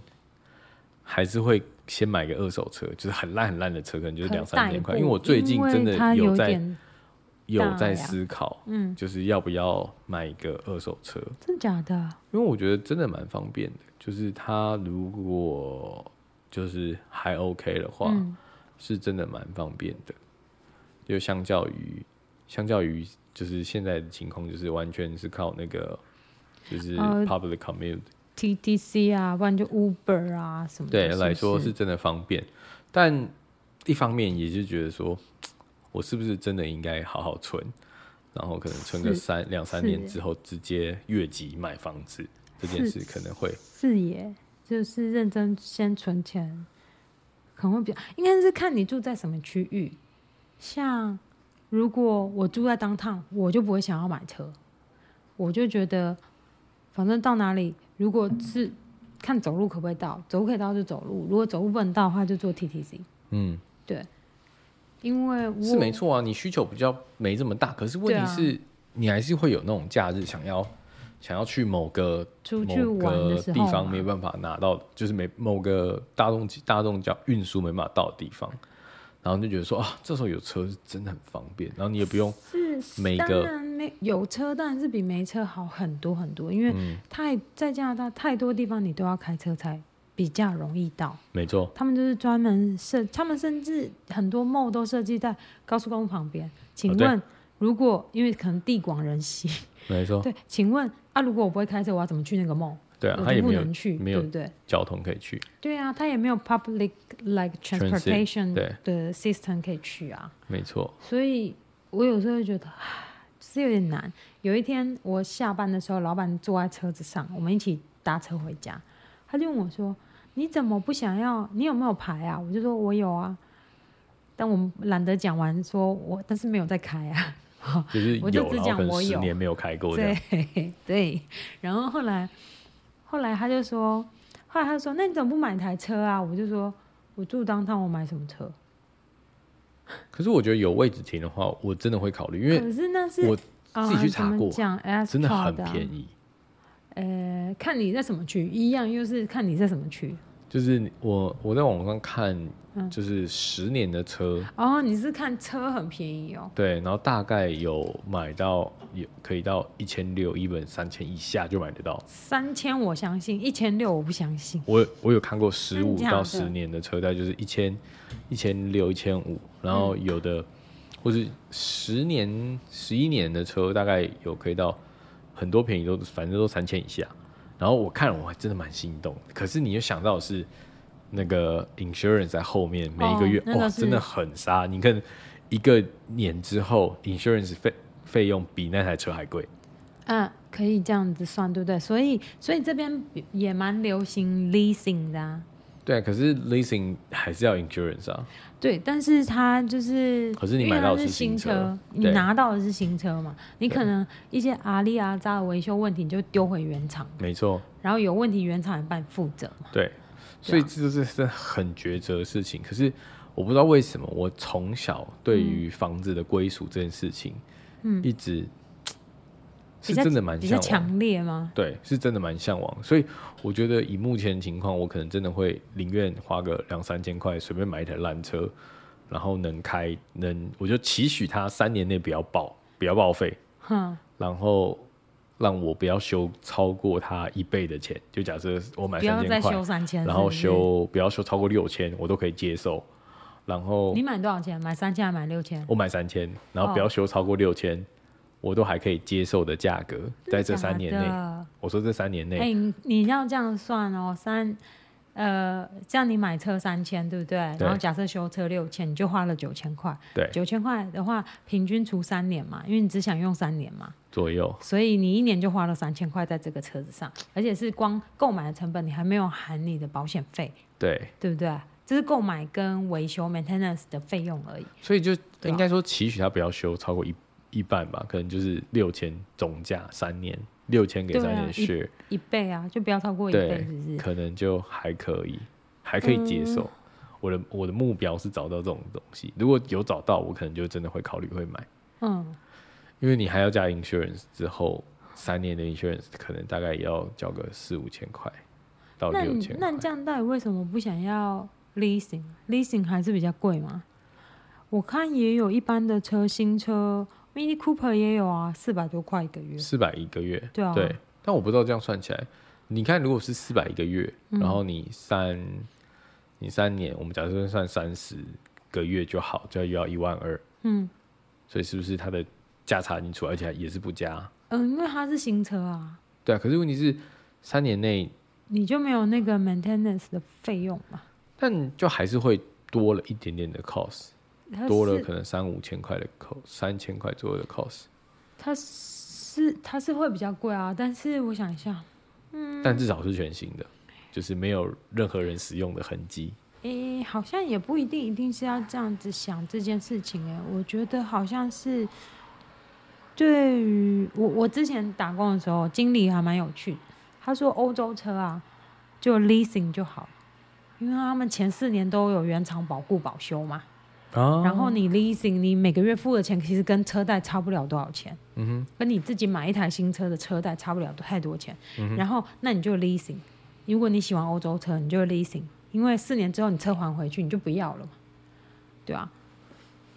Speaker 1: 还是会。先买个二手车，就是很烂很烂的车，可能就是
Speaker 2: 可
Speaker 1: 两三
Speaker 2: 代
Speaker 1: 千块。
Speaker 2: 步
Speaker 1: 因为我最近
Speaker 2: 因为
Speaker 1: 真的
Speaker 2: 它有
Speaker 1: 在
Speaker 2: 点
Speaker 1: 有
Speaker 2: 大
Speaker 1: 在
Speaker 2: 呀
Speaker 1: 思考，
Speaker 2: 嗯，
Speaker 1: 就是要不要买一个二手车，
Speaker 2: 真假的？
Speaker 1: 因为我觉得真的蛮方便的。就是它如果就是还 OK 的话，
Speaker 2: 嗯
Speaker 1: 是真的蛮方便的。就相较于相较于就是现在的情况，就是完全是靠那个就是
Speaker 2: 呃
Speaker 1: public commute、
Speaker 2: TTC 啊，不然就 Uber 啊什么的。
Speaker 1: 对
Speaker 2: 是不
Speaker 1: 来说是真的方便，但一方面也是觉得说，我是不是真的应该好好存，然后可能存个
Speaker 2: 是
Speaker 1: 三两三
Speaker 2: 是
Speaker 1: 年
Speaker 2: 耶
Speaker 1: 之后直接越级买房子这件
Speaker 2: 是
Speaker 1: 事可能会
Speaker 2: 视野，就是认真先存钱，可能会比较，应该是看你住在什么区域。像如果我住在当趟，我就不会想要买车，我就觉得反正到哪里，如果是看走路可不可以到，走路可以到就走路，如果走路不能到的话，就坐 TTC。
Speaker 1: 嗯
Speaker 2: 对，因为我
Speaker 1: 是没错啊，你需求比较没这么大，可是问题
Speaker 2: 对啊
Speaker 1: 是、你还是会有那种假日想要想要去某个
Speaker 2: 出去
Speaker 1: 某
Speaker 2: 玩的
Speaker 1: 个
Speaker 2: 时
Speaker 1: 地
Speaker 2: 候
Speaker 1: 方
Speaker 2: 嘛
Speaker 1: 没办法拿到，就是没某个大众大众交运输没办法到的地方，然后就觉得说啊，这时候有车是真的很方便，然后你也不用
Speaker 2: 是
Speaker 1: 每
Speaker 2: 当
Speaker 1: 个
Speaker 2: 然没有车，当然是比没车好很多很多，因为
Speaker 1: 嗯
Speaker 2: 太、在加拿大太多地方你都要开车才比较容易到。
Speaker 1: 没错，
Speaker 2: 他们就是专门设，他们甚至很多梦都设计在高速公路旁边。请
Speaker 1: 哦对
Speaker 2: 问，如果因为可能地广人稀，
Speaker 1: 没错，
Speaker 2: 对，请问啊，如果我不会开车，我要怎么去那个梦？
Speaker 1: 哦对啊，
Speaker 2: 我
Speaker 1: 他
Speaker 2: 就
Speaker 1: 也
Speaker 2: 不
Speaker 1: 没有
Speaker 2: 能去，
Speaker 1: 没有
Speaker 2: 对不对？
Speaker 1: 交通可以去，
Speaker 2: 对啊，他也没有 public like
Speaker 1: Transit，
Speaker 2: transportation
Speaker 1: 对
Speaker 2: 的 system 可以去啊。
Speaker 1: 没错，
Speaker 2: 所以我有时候会觉得，唉是有点难。有一天我下班的时候，老板坐在车子上，我们一起搭车回家，他就问我说：“你怎么不想要？你有没有牌啊？”我就说：“我有啊。”但我们懒得讲完，说我但是没有在开啊。
Speaker 1: 就是
Speaker 2: 我就
Speaker 1: 有，
Speaker 2: 只
Speaker 1: 然后
Speaker 2: 讲
Speaker 1: 可
Speaker 2: 我
Speaker 1: 能十
Speaker 2: 有
Speaker 1: 年没有开过这样，
Speaker 2: 对对，然后后来后来他就说，后来他就说：“那你怎么不买台车啊？”我就说：“我住当趟，我买什么车
Speaker 1: 可是我觉得有位置停的话，我真的会考虑，？”因为
Speaker 2: 可是那是
Speaker 1: 我自己去
Speaker 2: 啊
Speaker 1: 查
Speaker 2: 怎么
Speaker 1: 过
Speaker 2: 讲
Speaker 1: 真的很
Speaker 2: Astra 啊
Speaker 1: 便宜。
Speaker 2: 呃，看你在什么区，一样又是看你在什么区。
Speaker 1: 就是我我在网上看，
Speaker 2: 嗯
Speaker 1: 就是十年的车，
Speaker 2: 哦，你是看车很便宜哦，
Speaker 1: 对，然后大概有买到有可以到一千六，一本三千以下就买得到。
Speaker 2: 三千我相信，一千六我不相信。
Speaker 1: 我我有看过十五
Speaker 2: 真假的
Speaker 1: 到十年的车贷，就是一千一千六、一千五，然后
Speaker 2: 嗯
Speaker 1: 有的、或是十年、十一年的车，大概有可以到很多便宜都，反正都三千以下。然后我看我还真的蛮心动，可是你就想到的是那个 insurance 在后面每一个月、
Speaker 2: 哦那个
Speaker 1: 哇，
Speaker 2: 是
Speaker 1: 真的很杀。你看一个年之后 insurance 费费用比那台车还贵，
Speaker 2: 啊，可以这样子算，对不对？所以，所以这边也蛮流行 leasing 的、啊，
Speaker 1: 对、啊，可是 leasing 还是要 insurance 啊。
Speaker 2: 对。但是它就是，
Speaker 1: 可是你
Speaker 2: 因为
Speaker 1: 买
Speaker 2: 它
Speaker 1: 到的
Speaker 2: 是
Speaker 1: 是新
Speaker 2: 车，
Speaker 1: 车
Speaker 2: 你
Speaker 1: 对
Speaker 2: 拿到的是新车嘛？你可能一些阿里阿扎的维修问题，你就丢回原厂，
Speaker 1: 没错，
Speaker 2: 然后有问题原厂也帮你负责嘛。
Speaker 1: 对，
Speaker 2: 啊
Speaker 1: 所以这就是是很抉择的事情。可是我不知道为什么，我从小
Speaker 2: 嗯
Speaker 1: 对于房子的归属这件事情，嗯，一直是
Speaker 2: 比较
Speaker 1: 真的蛮
Speaker 2: 比较
Speaker 1: 向往的，
Speaker 2: 强烈吗？
Speaker 1: 对，是真的蛮向往。所以我觉得以目前情况，我可能真的会宁愿花个两三千块，随便买一台烂车，然后能开能，我就期许它三年内不要报不要报废，
Speaker 2: 哼，
Speaker 1: 然后。让我不要修超过它一倍的钱，就假设我买
Speaker 2: 不要
Speaker 1: 三
Speaker 2: 再
Speaker 1: 千块，
Speaker 2: 修三千，
Speaker 1: 然后
Speaker 2: 是不是
Speaker 1: 修不要修超过六千，我都可以接受。然后
Speaker 2: 你买多少钱？买三千还买哦六千？
Speaker 1: 我买三千，然后不要修超过六千，我都还可以接受的价格，在这三年
Speaker 2: 真的假
Speaker 1: 内。
Speaker 2: 的
Speaker 1: 我说这三年
Speaker 2: 哎、
Speaker 1: 内，
Speaker 2: 你你要这样算哦，三呃，这样你买车三千，对不对？
Speaker 1: 对
Speaker 2: 然后假设修车六千，你就花了九千块。
Speaker 1: 对
Speaker 2: 九千块的话，平均除三年嘛，因为你只想用三年嘛，
Speaker 1: 左右
Speaker 2: 所以你一年就花了三千块在这个车子上，而且是光购买的成本，你还没有含你的保险费，
Speaker 1: 对，
Speaker 2: 对不对？这是购买跟维修 maintenance 的费用而已。
Speaker 1: 所以就
Speaker 2: 对啊
Speaker 1: 应该说期许他不要修超过一一半吧，可能就是六千总价三年，六千给
Speaker 2: 对啊
Speaker 1: 三年
Speaker 2: 一嗯
Speaker 1: share，
Speaker 2: 一倍啊，就不要超过一倍，
Speaker 1: 对
Speaker 2: 是不是？
Speaker 1: 可能就还可以，还可以接受。
Speaker 2: 嗯
Speaker 1: 我的我的目标是找到这种东西，如果有找到，我可能就真的会考虑会买。
Speaker 2: 嗯，
Speaker 1: 因为你还要加 insurance 之后，三年的 insurance 可能大概也要交个四五千块到
Speaker 2: 那
Speaker 1: 六
Speaker 2: 你
Speaker 1: 千
Speaker 2: 那
Speaker 1: 块
Speaker 2: 你。这样到底为什么不想要 leasing？leasing 还是比较贵吗？我看也有一般的车，新车 Mini Cooper 也有啊，四百多块一个月。
Speaker 1: 四百一个月，
Speaker 2: 对啊
Speaker 1: 但我不知道这样算起来，你看如果是四百一个月，
Speaker 2: 嗯
Speaker 1: 然后你三你三年，我们假设算三十个月就好，就要一万二，
Speaker 2: 嗯，
Speaker 1: 所以是不是它的价差已经出来，而且还也是不加？
Speaker 2: 嗯、因为它是新车啊，
Speaker 1: 对啊，可是问题是三年内，
Speaker 2: 你就没有那个 maintenance 的费用嘛？
Speaker 1: 但就还是会多了一点点的 cost，
Speaker 2: 它
Speaker 1: 多了
Speaker 2: 是
Speaker 1: 可能三五千块的 cost，三千块左右的 cost，
Speaker 2: 它是它是会比较贵啊，但是我想一下，
Speaker 1: 但至少是全新的，就是没有任何人使用的痕迹。
Speaker 2: 诶、好像也不一定一定是要这样子想这件事情诶、我觉得好像是对于我我之前打工的时候，经理还蛮有趣的，他说欧洲车啊就 leasing 就好，因为他们前四年都有原厂保固保修嘛，
Speaker 1: 啊，
Speaker 2: 然后你 leasing 你每个月付的钱其实跟车贷差不了多少钱，
Speaker 1: 嗯
Speaker 2: 跟你自己买一台新车的车贷差不了太多钱。然后那你就 leasing，如果你喜欢欧洲车，你就 leasing，因为四年之后你车还回去你就不要了嘛，对吧、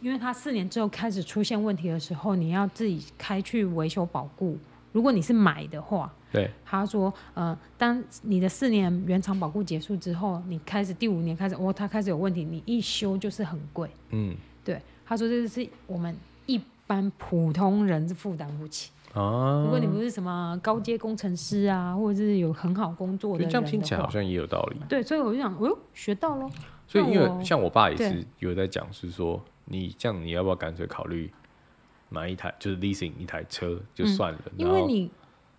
Speaker 2: 因为它四年之后开始出现问题的时候，你要自己开去维修保固。如果你是买的话，
Speaker 1: 哼，对，
Speaker 2: 他说，呃，当你的四年原厂保固结束之后，你开始第五年开始，哦，它开始有问题，你一修就是很贵。
Speaker 1: 嗯
Speaker 2: 对，他说这是我们一般普通人是负担不起。
Speaker 1: 啊，
Speaker 2: 如果你不是什么高阶工程师啊，或者是有很好工作的
Speaker 1: 就
Speaker 2: 人
Speaker 1: 这样听起来
Speaker 2: 的
Speaker 1: 好
Speaker 2: 话
Speaker 1: 像也有道理。
Speaker 2: 对，所以我就想，哎呦，学到咯。
Speaker 1: 所以因
Speaker 2: 那我
Speaker 1: 为像我爸也是
Speaker 2: 对
Speaker 1: 有在讲，是说你这样你要不要干脆考虑买一台，就是 leasing 一台车就算了，
Speaker 2: 嗯因
Speaker 1: 然
Speaker 2: 为
Speaker 1: 后
Speaker 2: 你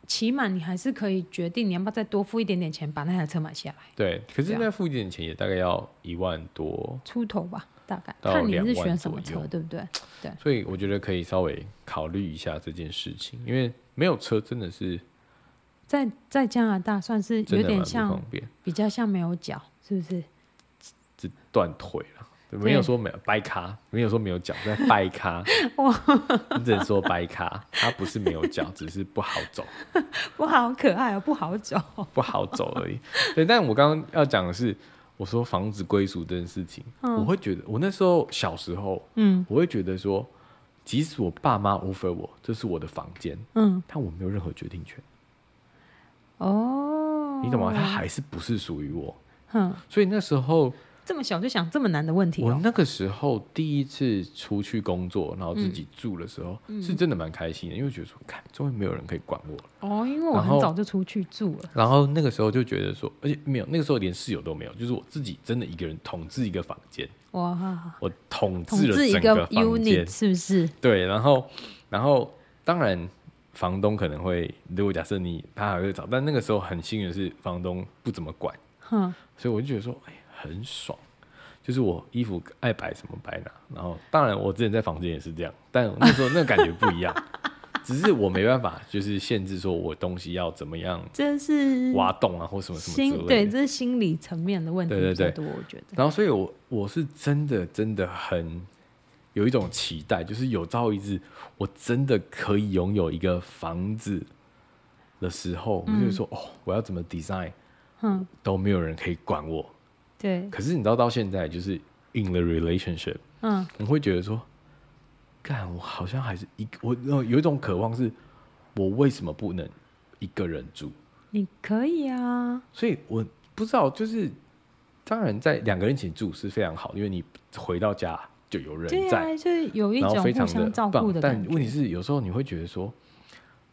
Speaker 2: 起码你还是可以决定你要不要再多付一点点钱把那台车买下来，
Speaker 1: 对，可是
Speaker 2: 对啊
Speaker 1: 那付一点钱也大概要一万多，
Speaker 2: 出头吧，大概
Speaker 1: 到
Speaker 2: 看你
Speaker 1: 2
Speaker 2: 是
Speaker 1: 万
Speaker 2: 选什
Speaker 1: 左
Speaker 2: 么
Speaker 1: 右
Speaker 2: 车，对不对？
Speaker 1: 所以我觉得可以稍微考虑一下这件事情，因为没有车真的是
Speaker 2: 在在加拿大算是
Speaker 1: 真
Speaker 2: 有
Speaker 1: 的蛮
Speaker 2: 点
Speaker 1: 不
Speaker 2: 像
Speaker 1: 方，便，
Speaker 2: 比较像没有脚，是不是？
Speaker 1: 只断腿了。对没有说没有掰咖，没有说没有脚，在掰咖。你只能说掰咖，它不是没有脚，只是不好走。
Speaker 2: 哇，好可爱哦，不好走。
Speaker 1: 不好走而已。对，但我刚刚要讲的是，我说房子归属这件事情，我会觉得，我那时候小时候，
Speaker 2: 嗯
Speaker 1: 我会觉得说，即使我爸妈 offer 我，这是我的房间，
Speaker 2: 嗯，
Speaker 1: 但我没有任何决定权，
Speaker 2: 哦，
Speaker 1: 你懂吗？它还是不是属于我。
Speaker 2: 哼，
Speaker 1: 所以那时候，
Speaker 2: 这么小就想这么难的问题
Speaker 1: 我
Speaker 2: 哦，
Speaker 1: 那个时候第一次出去工作，然后自
Speaker 2: 嗯
Speaker 1: 己住的时候，是真的蛮开心的，因为觉得说，看，终于没有人可以管我了。
Speaker 2: 哦，因为我
Speaker 1: 然后
Speaker 2: 很早就出去住了，
Speaker 1: 然后那个时候就觉得说，而且没有，那个时候连室友都没有，就是我自己真的一个人统治一个房间。
Speaker 2: 哇，
Speaker 1: 我统
Speaker 2: 统
Speaker 1: 治了
Speaker 2: 治一
Speaker 1: 整个房间
Speaker 2: unit，是不是？
Speaker 1: 对，然后然后当然房东可能会，如果假设你他还会找，但那个时候很幸运的是房东不怎么管，
Speaker 2: 哼，
Speaker 1: 所以我就觉得说，哎，很爽。就是我衣服爱摆什么摆哪，然后当然我之前在房间也是这样，但那时候那个感觉不一 样，只是我没办法就是限制说我东西要怎么样
Speaker 2: 这是
Speaker 1: 挖洞啊或什么什么之
Speaker 2: 心
Speaker 1: 类的。
Speaker 2: 对，这是心理层面的问题
Speaker 1: 对对
Speaker 2: 比较
Speaker 1: 对
Speaker 2: 多，我觉得。
Speaker 1: 然后，所以我我是真的真的很有一种期待，就是有朝一日我真的可以拥有一个房子的时候，我就说、哦，我要怎么 design
Speaker 2: 嗯，
Speaker 1: 都没有人可以管我。
Speaker 2: 对，
Speaker 1: 可是你知道，到现在就是 in the relationship，
Speaker 2: 嗯，
Speaker 1: 我会觉得说，干，我好像还是一个我呃有一种渴望是，我为什么不能一个人住？
Speaker 2: 你可以啊，
Speaker 1: 所以我不知道，就是当然在两个人一起住是非常好，因为你回到家就有人
Speaker 2: 对
Speaker 1: 在，
Speaker 2: 啊，就是有一
Speaker 1: 然
Speaker 2: 种
Speaker 1: 后非常
Speaker 2: 互
Speaker 1: 的
Speaker 2: 相照
Speaker 1: 棒
Speaker 2: 顾。的
Speaker 1: 但
Speaker 2: 感觉。
Speaker 1: 问题是，有时候你会觉得说，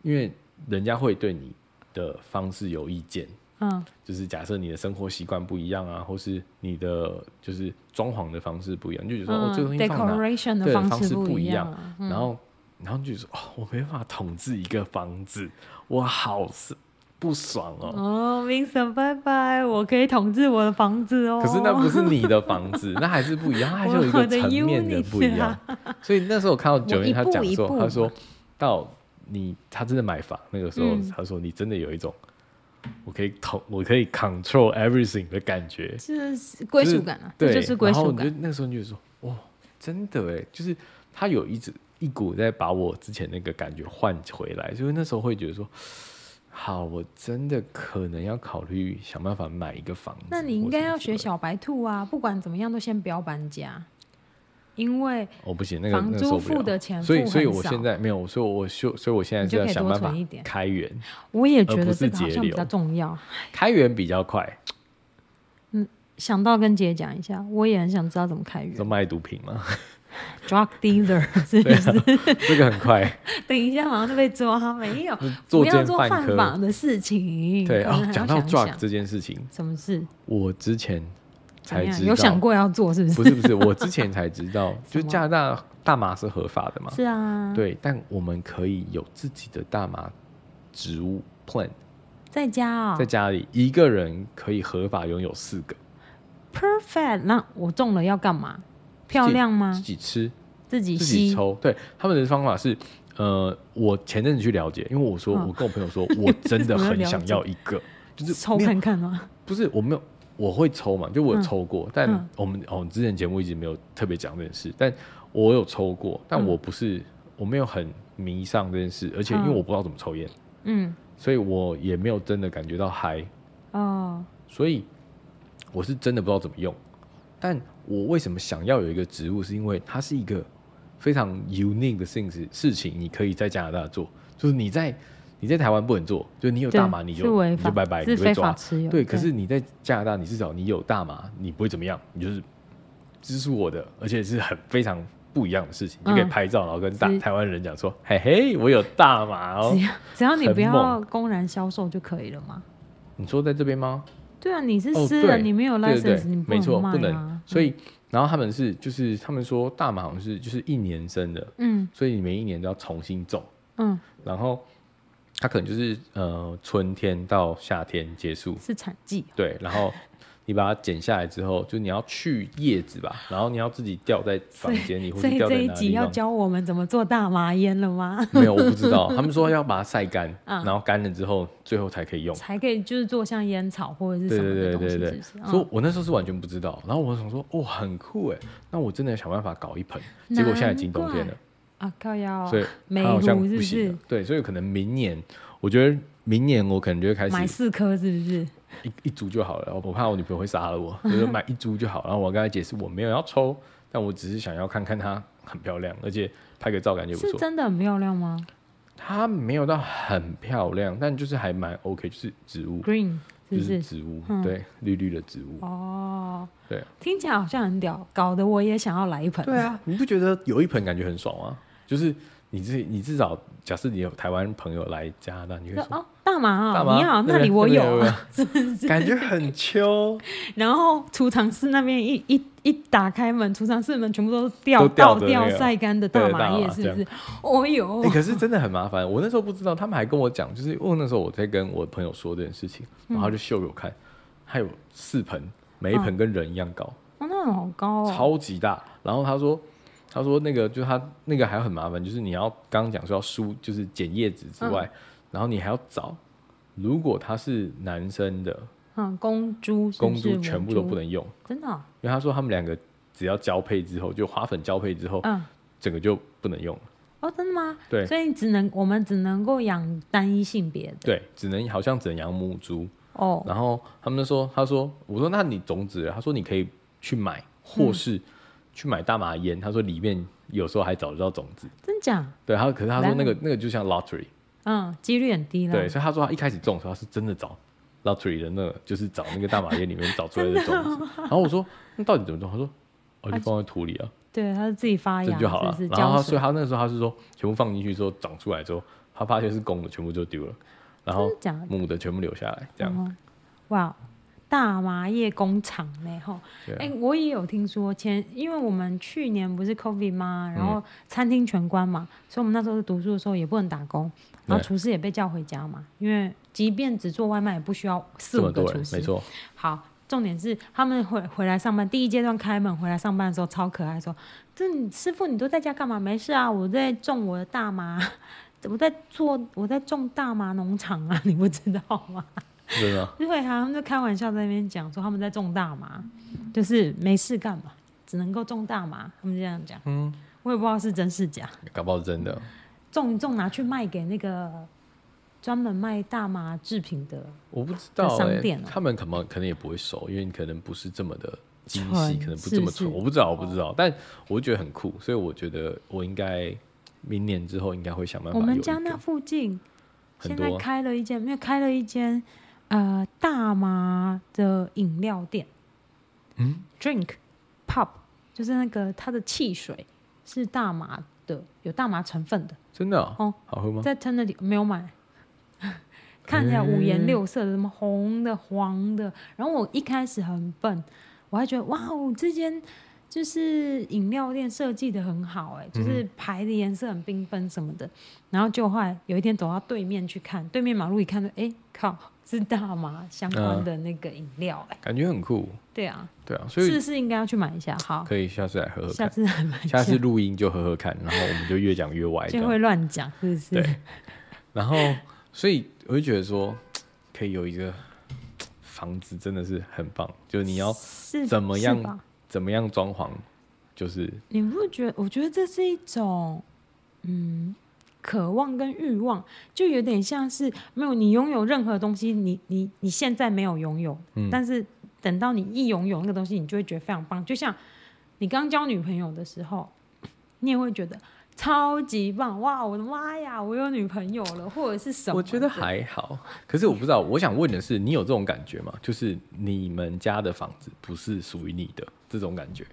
Speaker 1: 因为人家会对你的方式有意见，
Speaker 2: 嗯
Speaker 1: 就是假设你的生活习惯不一样啊，或是你的就是装潢的方式不一样，你就觉得说、哦，这个东
Speaker 2: 嗯
Speaker 1: 西放哪？
Speaker 2: ，decoration
Speaker 1: 对
Speaker 2: 的
Speaker 1: 方式
Speaker 2: 式
Speaker 1: 不
Speaker 2: 不
Speaker 1: 一样
Speaker 2: 样啊，
Speaker 1: 然后，然后就说哦，我没办法统治一个房子，我好是不爽哦。
Speaker 2: 哦，Vincent，拜拜，我可以统治我的房子哦。
Speaker 1: 可是那不是你的房子，那还是不一样，它就有一个层面的不一样。 所以那时候我看到九月他讲
Speaker 2: 啊我一步
Speaker 1: 说
Speaker 2: 一步，嘛
Speaker 1: 他说到你他真的买房那个时候
Speaker 2: 嗯，
Speaker 1: 他说你真的有一种我可以统我可以 control everything 的感觉，
Speaker 2: 这是归
Speaker 1: 就是
Speaker 2: 属感啊，
Speaker 1: 对，
Speaker 2: 这就是归
Speaker 1: 然后
Speaker 2: 属
Speaker 1: 你
Speaker 2: 感
Speaker 1: 就。那个时候你就说，哇，真的哎，就是他有一直一股在把我之前那个感觉换回来，所以那时候会觉得说。好，我真的可能要考虑想办法买一个房子。
Speaker 2: 那你应该要学
Speaker 1: 小。
Speaker 2: 小白兔啊，不管怎么样都先不要搬家，因为
Speaker 1: 哦，不行，那个那
Speaker 2: 房
Speaker 1: 个
Speaker 2: 租
Speaker 1: 受不
Speaker 2: 付
Speaker 1: 了
Speaker 2: 的钱
Speaker 1: 所以
Speaker 2: 付
Speaker 1: 所以
Speaker 2: 很
Speaker 1: 我现
Speaker 2: 少
Speaker 1: 在没有，所以我就所以我现在
Speaker 2: 你
Speaker 1: 是
Speaker 2: 就
Speaker 1: 要
Speaker 2: 可以
Speaker 1: 想
Speaker 2: 多
Speaker 1: 办法
Speaker 2: 存一点
Speaker 1: 开源，
Speaker 2: 我也
Speaker 1: 而
Speaker 2: 觉
Speaker 1: 不
Speaker 2: 得
Speaker 1: 是
Speaker 2: 这个好
Speaker 1: 节
Speaker 2: 像比较
Speaker 1: 流
Speaker 2: 重要。
Speaker 1: 开源比较快，
Speaker 2: 想到跟姐讲一下，我也很想知道怎么开源
Speaker 1: 都。卖毒品嘛， 啊
Speaker 2: drug dealer 是不是？
Speaker 1: 这个很快，
Speaker 2: 等一下马上就被抓，没有，
Speaker 1: 作
Speaker 2: 不要
Speaker 1: 奸
Speaker 2: 做
Speaker 1: 犯
Speaker 2: 犯
Speaker 1: 科
Speaker 2: 法的事情。
Speaker 1: 对
Speaker 2: 可能还
Speaker 1: 哦
Speaker 2: 要，
Speaker 1: 讲到
Speaker 2: 想一
Speaker 1: drug
Speaker 2: 想
Speaker 1: 这件事情，
Speaker 2: 什么事？
Speaker 1: 我之前
Speaker 2: 怎
Speaker 1: 才
Speaker 2: 么样？
Speaker 1: 知道，
Speaker 2: 有想过要做是不是？
Speaker 1: 不是不是，我之前才知道，就
Speaker 2: 什么
Speaker 1: 加拿大大麻是合法的嘛，
Speaker 2: 是啊，，
Speaker 1: 对，但我们可以有自己的大麻植物 plant
Speaker 2: 在家啊、
Speaker 1: 在家里，一个人可以合法拥有四个，
Speaker 2: perfect。那我中了要干嘛？漂亮
Speaker 1: 自
Speaker 2: 吗？
Speaker 1: 己吃，
Speaker 2: 自己
Speaker 1: 自己
Speaker 2: 吸？
Speaker 1: 抽。对，他们的方法是，呃，我前阵子去了解，因为我说，
Speaker 2: 嗯
Speaker 1: 我跟我朋友说，我真 的很想要一个，就是
Speaker 2: 抽
Speaker 1: 没有
Speaker 2: 看看吗？
Speaker 1: 不是我没有，我会抽嘛，就我有
Speaker 2: 嗯
Speaker 1: 抽过，但
Speaker 2: 嗯
Speaker 1: 我们哦之前节目一直没有特别讲这件事，但我有抽过，但
Speaker 2: 嗯
Speaker 1: 我不是我没有很迷上这件事，而且因为
Speaker 2: 嗯
Speaker 1: 我不知道怎么抽烟，
Speaker 2: 嗯，
Speaker 1: 所以我也没有真的感觉到嗨，
Speaker 2: 哦，
Speaker 1: 所以我是真的不知道怎么用。但我为什么想要有一个植物，是因为它是一个非常 unique 的事情，事情你可以在加拿大做，就是你在你在台湾不能做，就是你有
Speaker 2: 对
Speaker 1: 大麻你
Speaker 2: 是
Speaker 1: 就
Speaker 2: 违
Speaker 1: 你
Speaker 2: 法，
Speaker 1: 就拜拜，你
Speaker 2: 是
Speaker 1: 被
Speaker 2: 非
Speaker 1: 抓
Speaker 2: 法。持有。
Speaker 1: 对，可是你在加拿大，你至少你有大麻，你不会怎么样，你就是这是我的，而且是很非常不一样的事情，你就可以
Speaker 2: 嗯
Speaker 1: 拍照，然后跟大
Speaker 2: 是
Speaker 1: 台湾人讲说，嘿嘿，我有大麻哦
Speaker 2: 只。要只要你
Speaker 1: 很
Speaker 2: 不要
Speaker 1: 猛
Speaker 2: 公然销售就可以了嘛。
Speaker 1: 你说在这边吗？
Speaker 2: 对啊，你是
Speaker 1: 哦
Speaker 2: 私人，
Speaker 1: 对
Speaker 2: 你没有
Speaker 1: 对
Speaker 2: license，
Speaker 1: 对
Speaker 2: 你
Speaker 1: 对，没错，不
Speaker 2: 能卖
Speaker 1: 能
Speaker 2: 啊。。
Speaker 1: 所以，然后他们是就是他们说大麻好像是就是一年生的，
Speaker 2: 嗯
Speaker 1: 所以你每一年都要重新种。
Speaker 2: 嗯，
Speaker 1: 然后它可能就是呃春天到夏天结束，
Speaker 2: 是产哦季，
Speaker 1: 对，然后你把它剪下来之后，就你要去叶子吧，然后你要自己吊在房间里，或
Speaker 2: 所
Speaker 1: 者
Speaker 2: 以
Speaker 1: 吊在
Speaker 2: 这一
Speaker 1: 哪
Speaker 2: 集
Speaker 1: 里
Speaker 2: 要。教我们怎么做大麻烟了吗？
Speaker 1: 没有，我不知道。他们说要把它晒干，
Speaker 2: 嗯
Speaker 1: 然后干了之后，最后才可以用。
Speaker 2: 才可以就是做像烟草或者是
Speaker 1: 对
Speaker 2: 什么
Speaker 1: 对
Speaker 2: 的
Speaker 1: 对
Speaker 2: 东西，
Speaker 1: 对
Speaker 2: 是
Speaker 1: 对
Speaker 2: 不是，
Speaker 1: 所以
Speaker 2: 嗯？
Speaker 1: 我那时候是完全不知道。然后我想说，哦，很酷哎，那我真的想办法搞一盆。结果现在已经冬天了，
Speaker 2: 啊靠腰，
Speaker 1: 所以
Speaker 2: 美
Speaker 1: 它好像
Speaker 2: 如是
Speaker 1: 不
Speaker 2: 不
Speaker 1: 行
Speaker 2: 是
Speaker 1: 了？。对，所以可能明年，我觉得明年我可能就会开
Speaker 2: 买
Speaker 1: 始
Speaker 2: 四颗是不是？
Speaker 1: 一一株就好了。我怕我女朋友会杀了我，所以就买一株就好。然后我跟她解释我没有要抽，但我只是想要看看它很漂亮，而且拍个照感觉不
Speaker 2: 是
Speaker 1: 错。
Speaker 2: 真的很漂亮吗
Speaker 1: 它没有到很漂亮，但就是还蛮 OK，就是植物，
Speaker 2: ？Green 是
Speaker 1: 就是
Speaker 2: 不是？
Speaker 1: 植物，
Speaker 2: 嗯
Speaker 1: 对，绿绿的植物，
Speaker 2: 哦，
Speaker 1: 对。
Speaker 2: 听起来好像很屌，搞得我也想要来一盆。
Speaker 1: 对啊，你不觉得有一盆感觉很爽吗？就是你自己，你至少假设你有台湾朋友来加拿大，你会
Speaker 2: 说
Speaker 1: 说、
Speaker 2: 哦，大麻
Speaker 1: 大
Speaker 2: 啊、
Speaker 1: 麻
Speaker 2: 你好，
Speaker 1: 对
Speaker 2: 那里我
Speaker 1: 对
Speaker 2: 有
Speaker 1: 对
Speaker 2: 啊。
Speaker 1: 感觉很秋，
Speaker 2: 然后储藏室那边一一一打开门，储藏室门全部都是掉
Speaker 1: 都吊
Speaker 2: 倒
Speaker 1: 着
Speaker 2: 掉
Speaker 1: 那个
Speaker 2: 晒干的大
Speaker 1: 对大
Speaker 2: 麻
Speaker 1: 麻
Speaker 2: 叶，是不是？哦
Speaker 1: 哎、
Speaker 2: 哟，
Speaker 1: 可是真的很麻烦。我那时候不知道，他们还跟我讲，就是因为那时候我在跟我朋友说这件事情，然后他就
Speaker 2: 嗯
Speaker 1: 秀给我看，还有四盆，每一盆跟人一样高，
Speaker 2: 哦，那好高哦。
Speaker 1: 超级大。然后他说，他说那个就是他那个还很麻烦，就是你要刚刚讲说要梳，就是剪叶子
Speaker 2: 嗯
Speaker 1: 之外，然后你还要找，如果他是男生的
Speaker 2: 嗯，公猪是不
Speaker 1: 公
Speaker 2: 是
Speaker 1: 猪全部都
Speaker 2: 母
Speaker 1: 不能用。
Speaker 2: 真的哦、
Speaker 1: 因为他说他们两个只要交配之后，就花粉交配之后，
Speaker 2: 嗯，
Speaker 1: 整个就不能用了。
Speaker 2: 哦，真的吗？
Speaker 1: 对
Speaker 2: 所以只能我们只能够养单一性别的
Speaker 1: 对，只能好像只能养母猪。
Speaker 2: 哦，
Speaker 1: 然后他们就说，他说，我说那你种子了，他说你可以去买，
Speaker 2: 嗯
Speaker 1: 或是去买大麻烟。他说里面有时候还找得到种子。
Speaker 2: 真假？
Speaker 1: 对，他可是他说那个那个就像 lottery，
Speaker 2: 嗯，几率很低啦。
Speaker 1: 对，所以他说他一开始种的时候他是真的找 lottery 的那个，就是找那个大麻烟里面找出来的种子。然后我说那到底怎么种？他说哦，就放在土里啊。
Speaker 2: 对，它是自己发
Speaker 1: 这
Speaker 2: 芽，
Speaker 1: 就好了
Speaker 2: 哎是。不是
Speaker 1: 然后
Speaker 2: 浇
Speaker 1: 他所
Speaker 2: 水
Speaker 1: 以，他那时候他是说全部放进去之后长出来之后，他发现是公的全部就丢了，然后
Speaker 2: 真的假的？
Speaker 1: 母的全部留下来，这样。
Speaker 2: 嗯哇，大麻叶工厂呢？吼，
Speaker 1: 对啊
Speaker 2: 哎、我也有听说前，因为我们去年不是 COVID
Speaker 1: 嗯
Speaker 2: 吗？然后餐厅全关嘛，所以我们那时候读书的时候也不能打工，然后
Speaker 1: 对
Speaker 2: 厨师也被叫回家嘛，因为即便只做外卖，也不需要四
Speaker 1: 这
Speaker 2: 五
Speaker 1: 么
Speaker 2: 个
Speaker 1: 多
Speaker 2: 厨
Speaker 1: 人，
Speaker 2: 师
Speaker 1: 没。错，
Speaker 2: 好，重点是他们回回来上班，第一阶段开门回来上班的时候超可爱，说：“这你师傅你都在家干嘛？没事啊，我在种我的大麻， 我在做我在种大麻农场啊，你不知道
Speaker 1: 真
Speaker 2: 吗
Speaker 1: 的吗？”
Speaker 2: 对啊，他们就开玩笑在那边讲说他们在种大麻，就是没事干嘛，只能够种大麻，他们这样讲。
Speaker 1: 嗯，
Speaker 2: 我也不知道是真是假，
Speaker 1: 搞不好是真的。
Speaker 2: 种一种拿去卖给那个专门卖大麻制品的
Speaker 1: 我不知道
Speaker 2: 在
Speaker 1: 哎、
Speaker 2: 商店哦
Speaker 1: 他们可能可能也不会熟，因为你可能不是这么的精细，
Speaker 2: 纯
Speaker 1: 可能不这么
Speaker 2: 是哦
Speaker 1: 纯，
Speaker 2: 不是
Speaker 1: 我不知道，我不知道。但我觉得很酷，所以我觉得我应该明年之后应该会想办法有
Speaker 2: 我
Speaker 1: 一个。
Speaker 2: 们家那附近
Speaker 1: 很
Speaker 2: 现
Speaker 1: 多啊
Speaker 2: 在开了一间，没有开了一间呃大麻的饮料店，
Speaker 1: 嗯
Speaker 2: ，drink pub 就是那个它的汽水是大麻的，有大麻成分的，
Speaker 1: 真的、哦，
Speaker 2: 哦
Speaker 1: 好喝吗？
Speaker 2: 在他那里没有买。 看起来五颜六色的，什么红的、黄的。然后我一开始很笨，我还觉得哇哦，这间就是饮料店设计的很好、
Speaker 1: 嗯
Speaker 2: 哎，就是牌的颜色很缤纷什么的。然后就后来有一天走到对面去看，对面马路一看哎、靠，是大麻相关的那个饮料、哎、
Speaker 1: 感觉很酷，
Speaker 2: 对啊，
Speaker 1: 对啊，所
Speaker 2: 是
Speaker 1: 以
Speaker 2: 不是应该要去买一下？好，
Speaker 1: 可以下次来喝喝
Speaker 2: 下
Speaker 1: 看，
Speaker 2: 次再买一
Speaker 1: 下
Speaker 2: 下，
Speaker 1: 次录音就喝喝看，然后我们就越讲越歪这
Speaker 2: 就
Speaker 1: 样。
Speaker 2: 会乱讲，是不是？
Speaker 1: 对然后，所以我就觉得说，可以有一个房子真的是很棒，就是你要
Speaker 2: 是
Speaker 1: 怎么
Speaker 2: 是
Speaker 1: 样
Speaker 2: 吧
Speaker 1: 怎么样装潢，就是
Speaker 2: 你不觉得？我觉得这是一种，嗯，渴望跟欲望，就有点像是没有你拥有任何东西，你你你现在没有拥有，
Speaker 1: 嗯
Speaker 2: 但是等到你一拥有那个东西，你就会觉得非常棒。就像你刚交女朋友的时候，你也会觉得超级棒，哇，我的妈呀，我有女朋友了，或者是什么的？
Speaker 1: 我觉得还好，可是我不知道，我想问的是，你有这种感觉吗？就是你们家的房子不是属于你的这种感觉，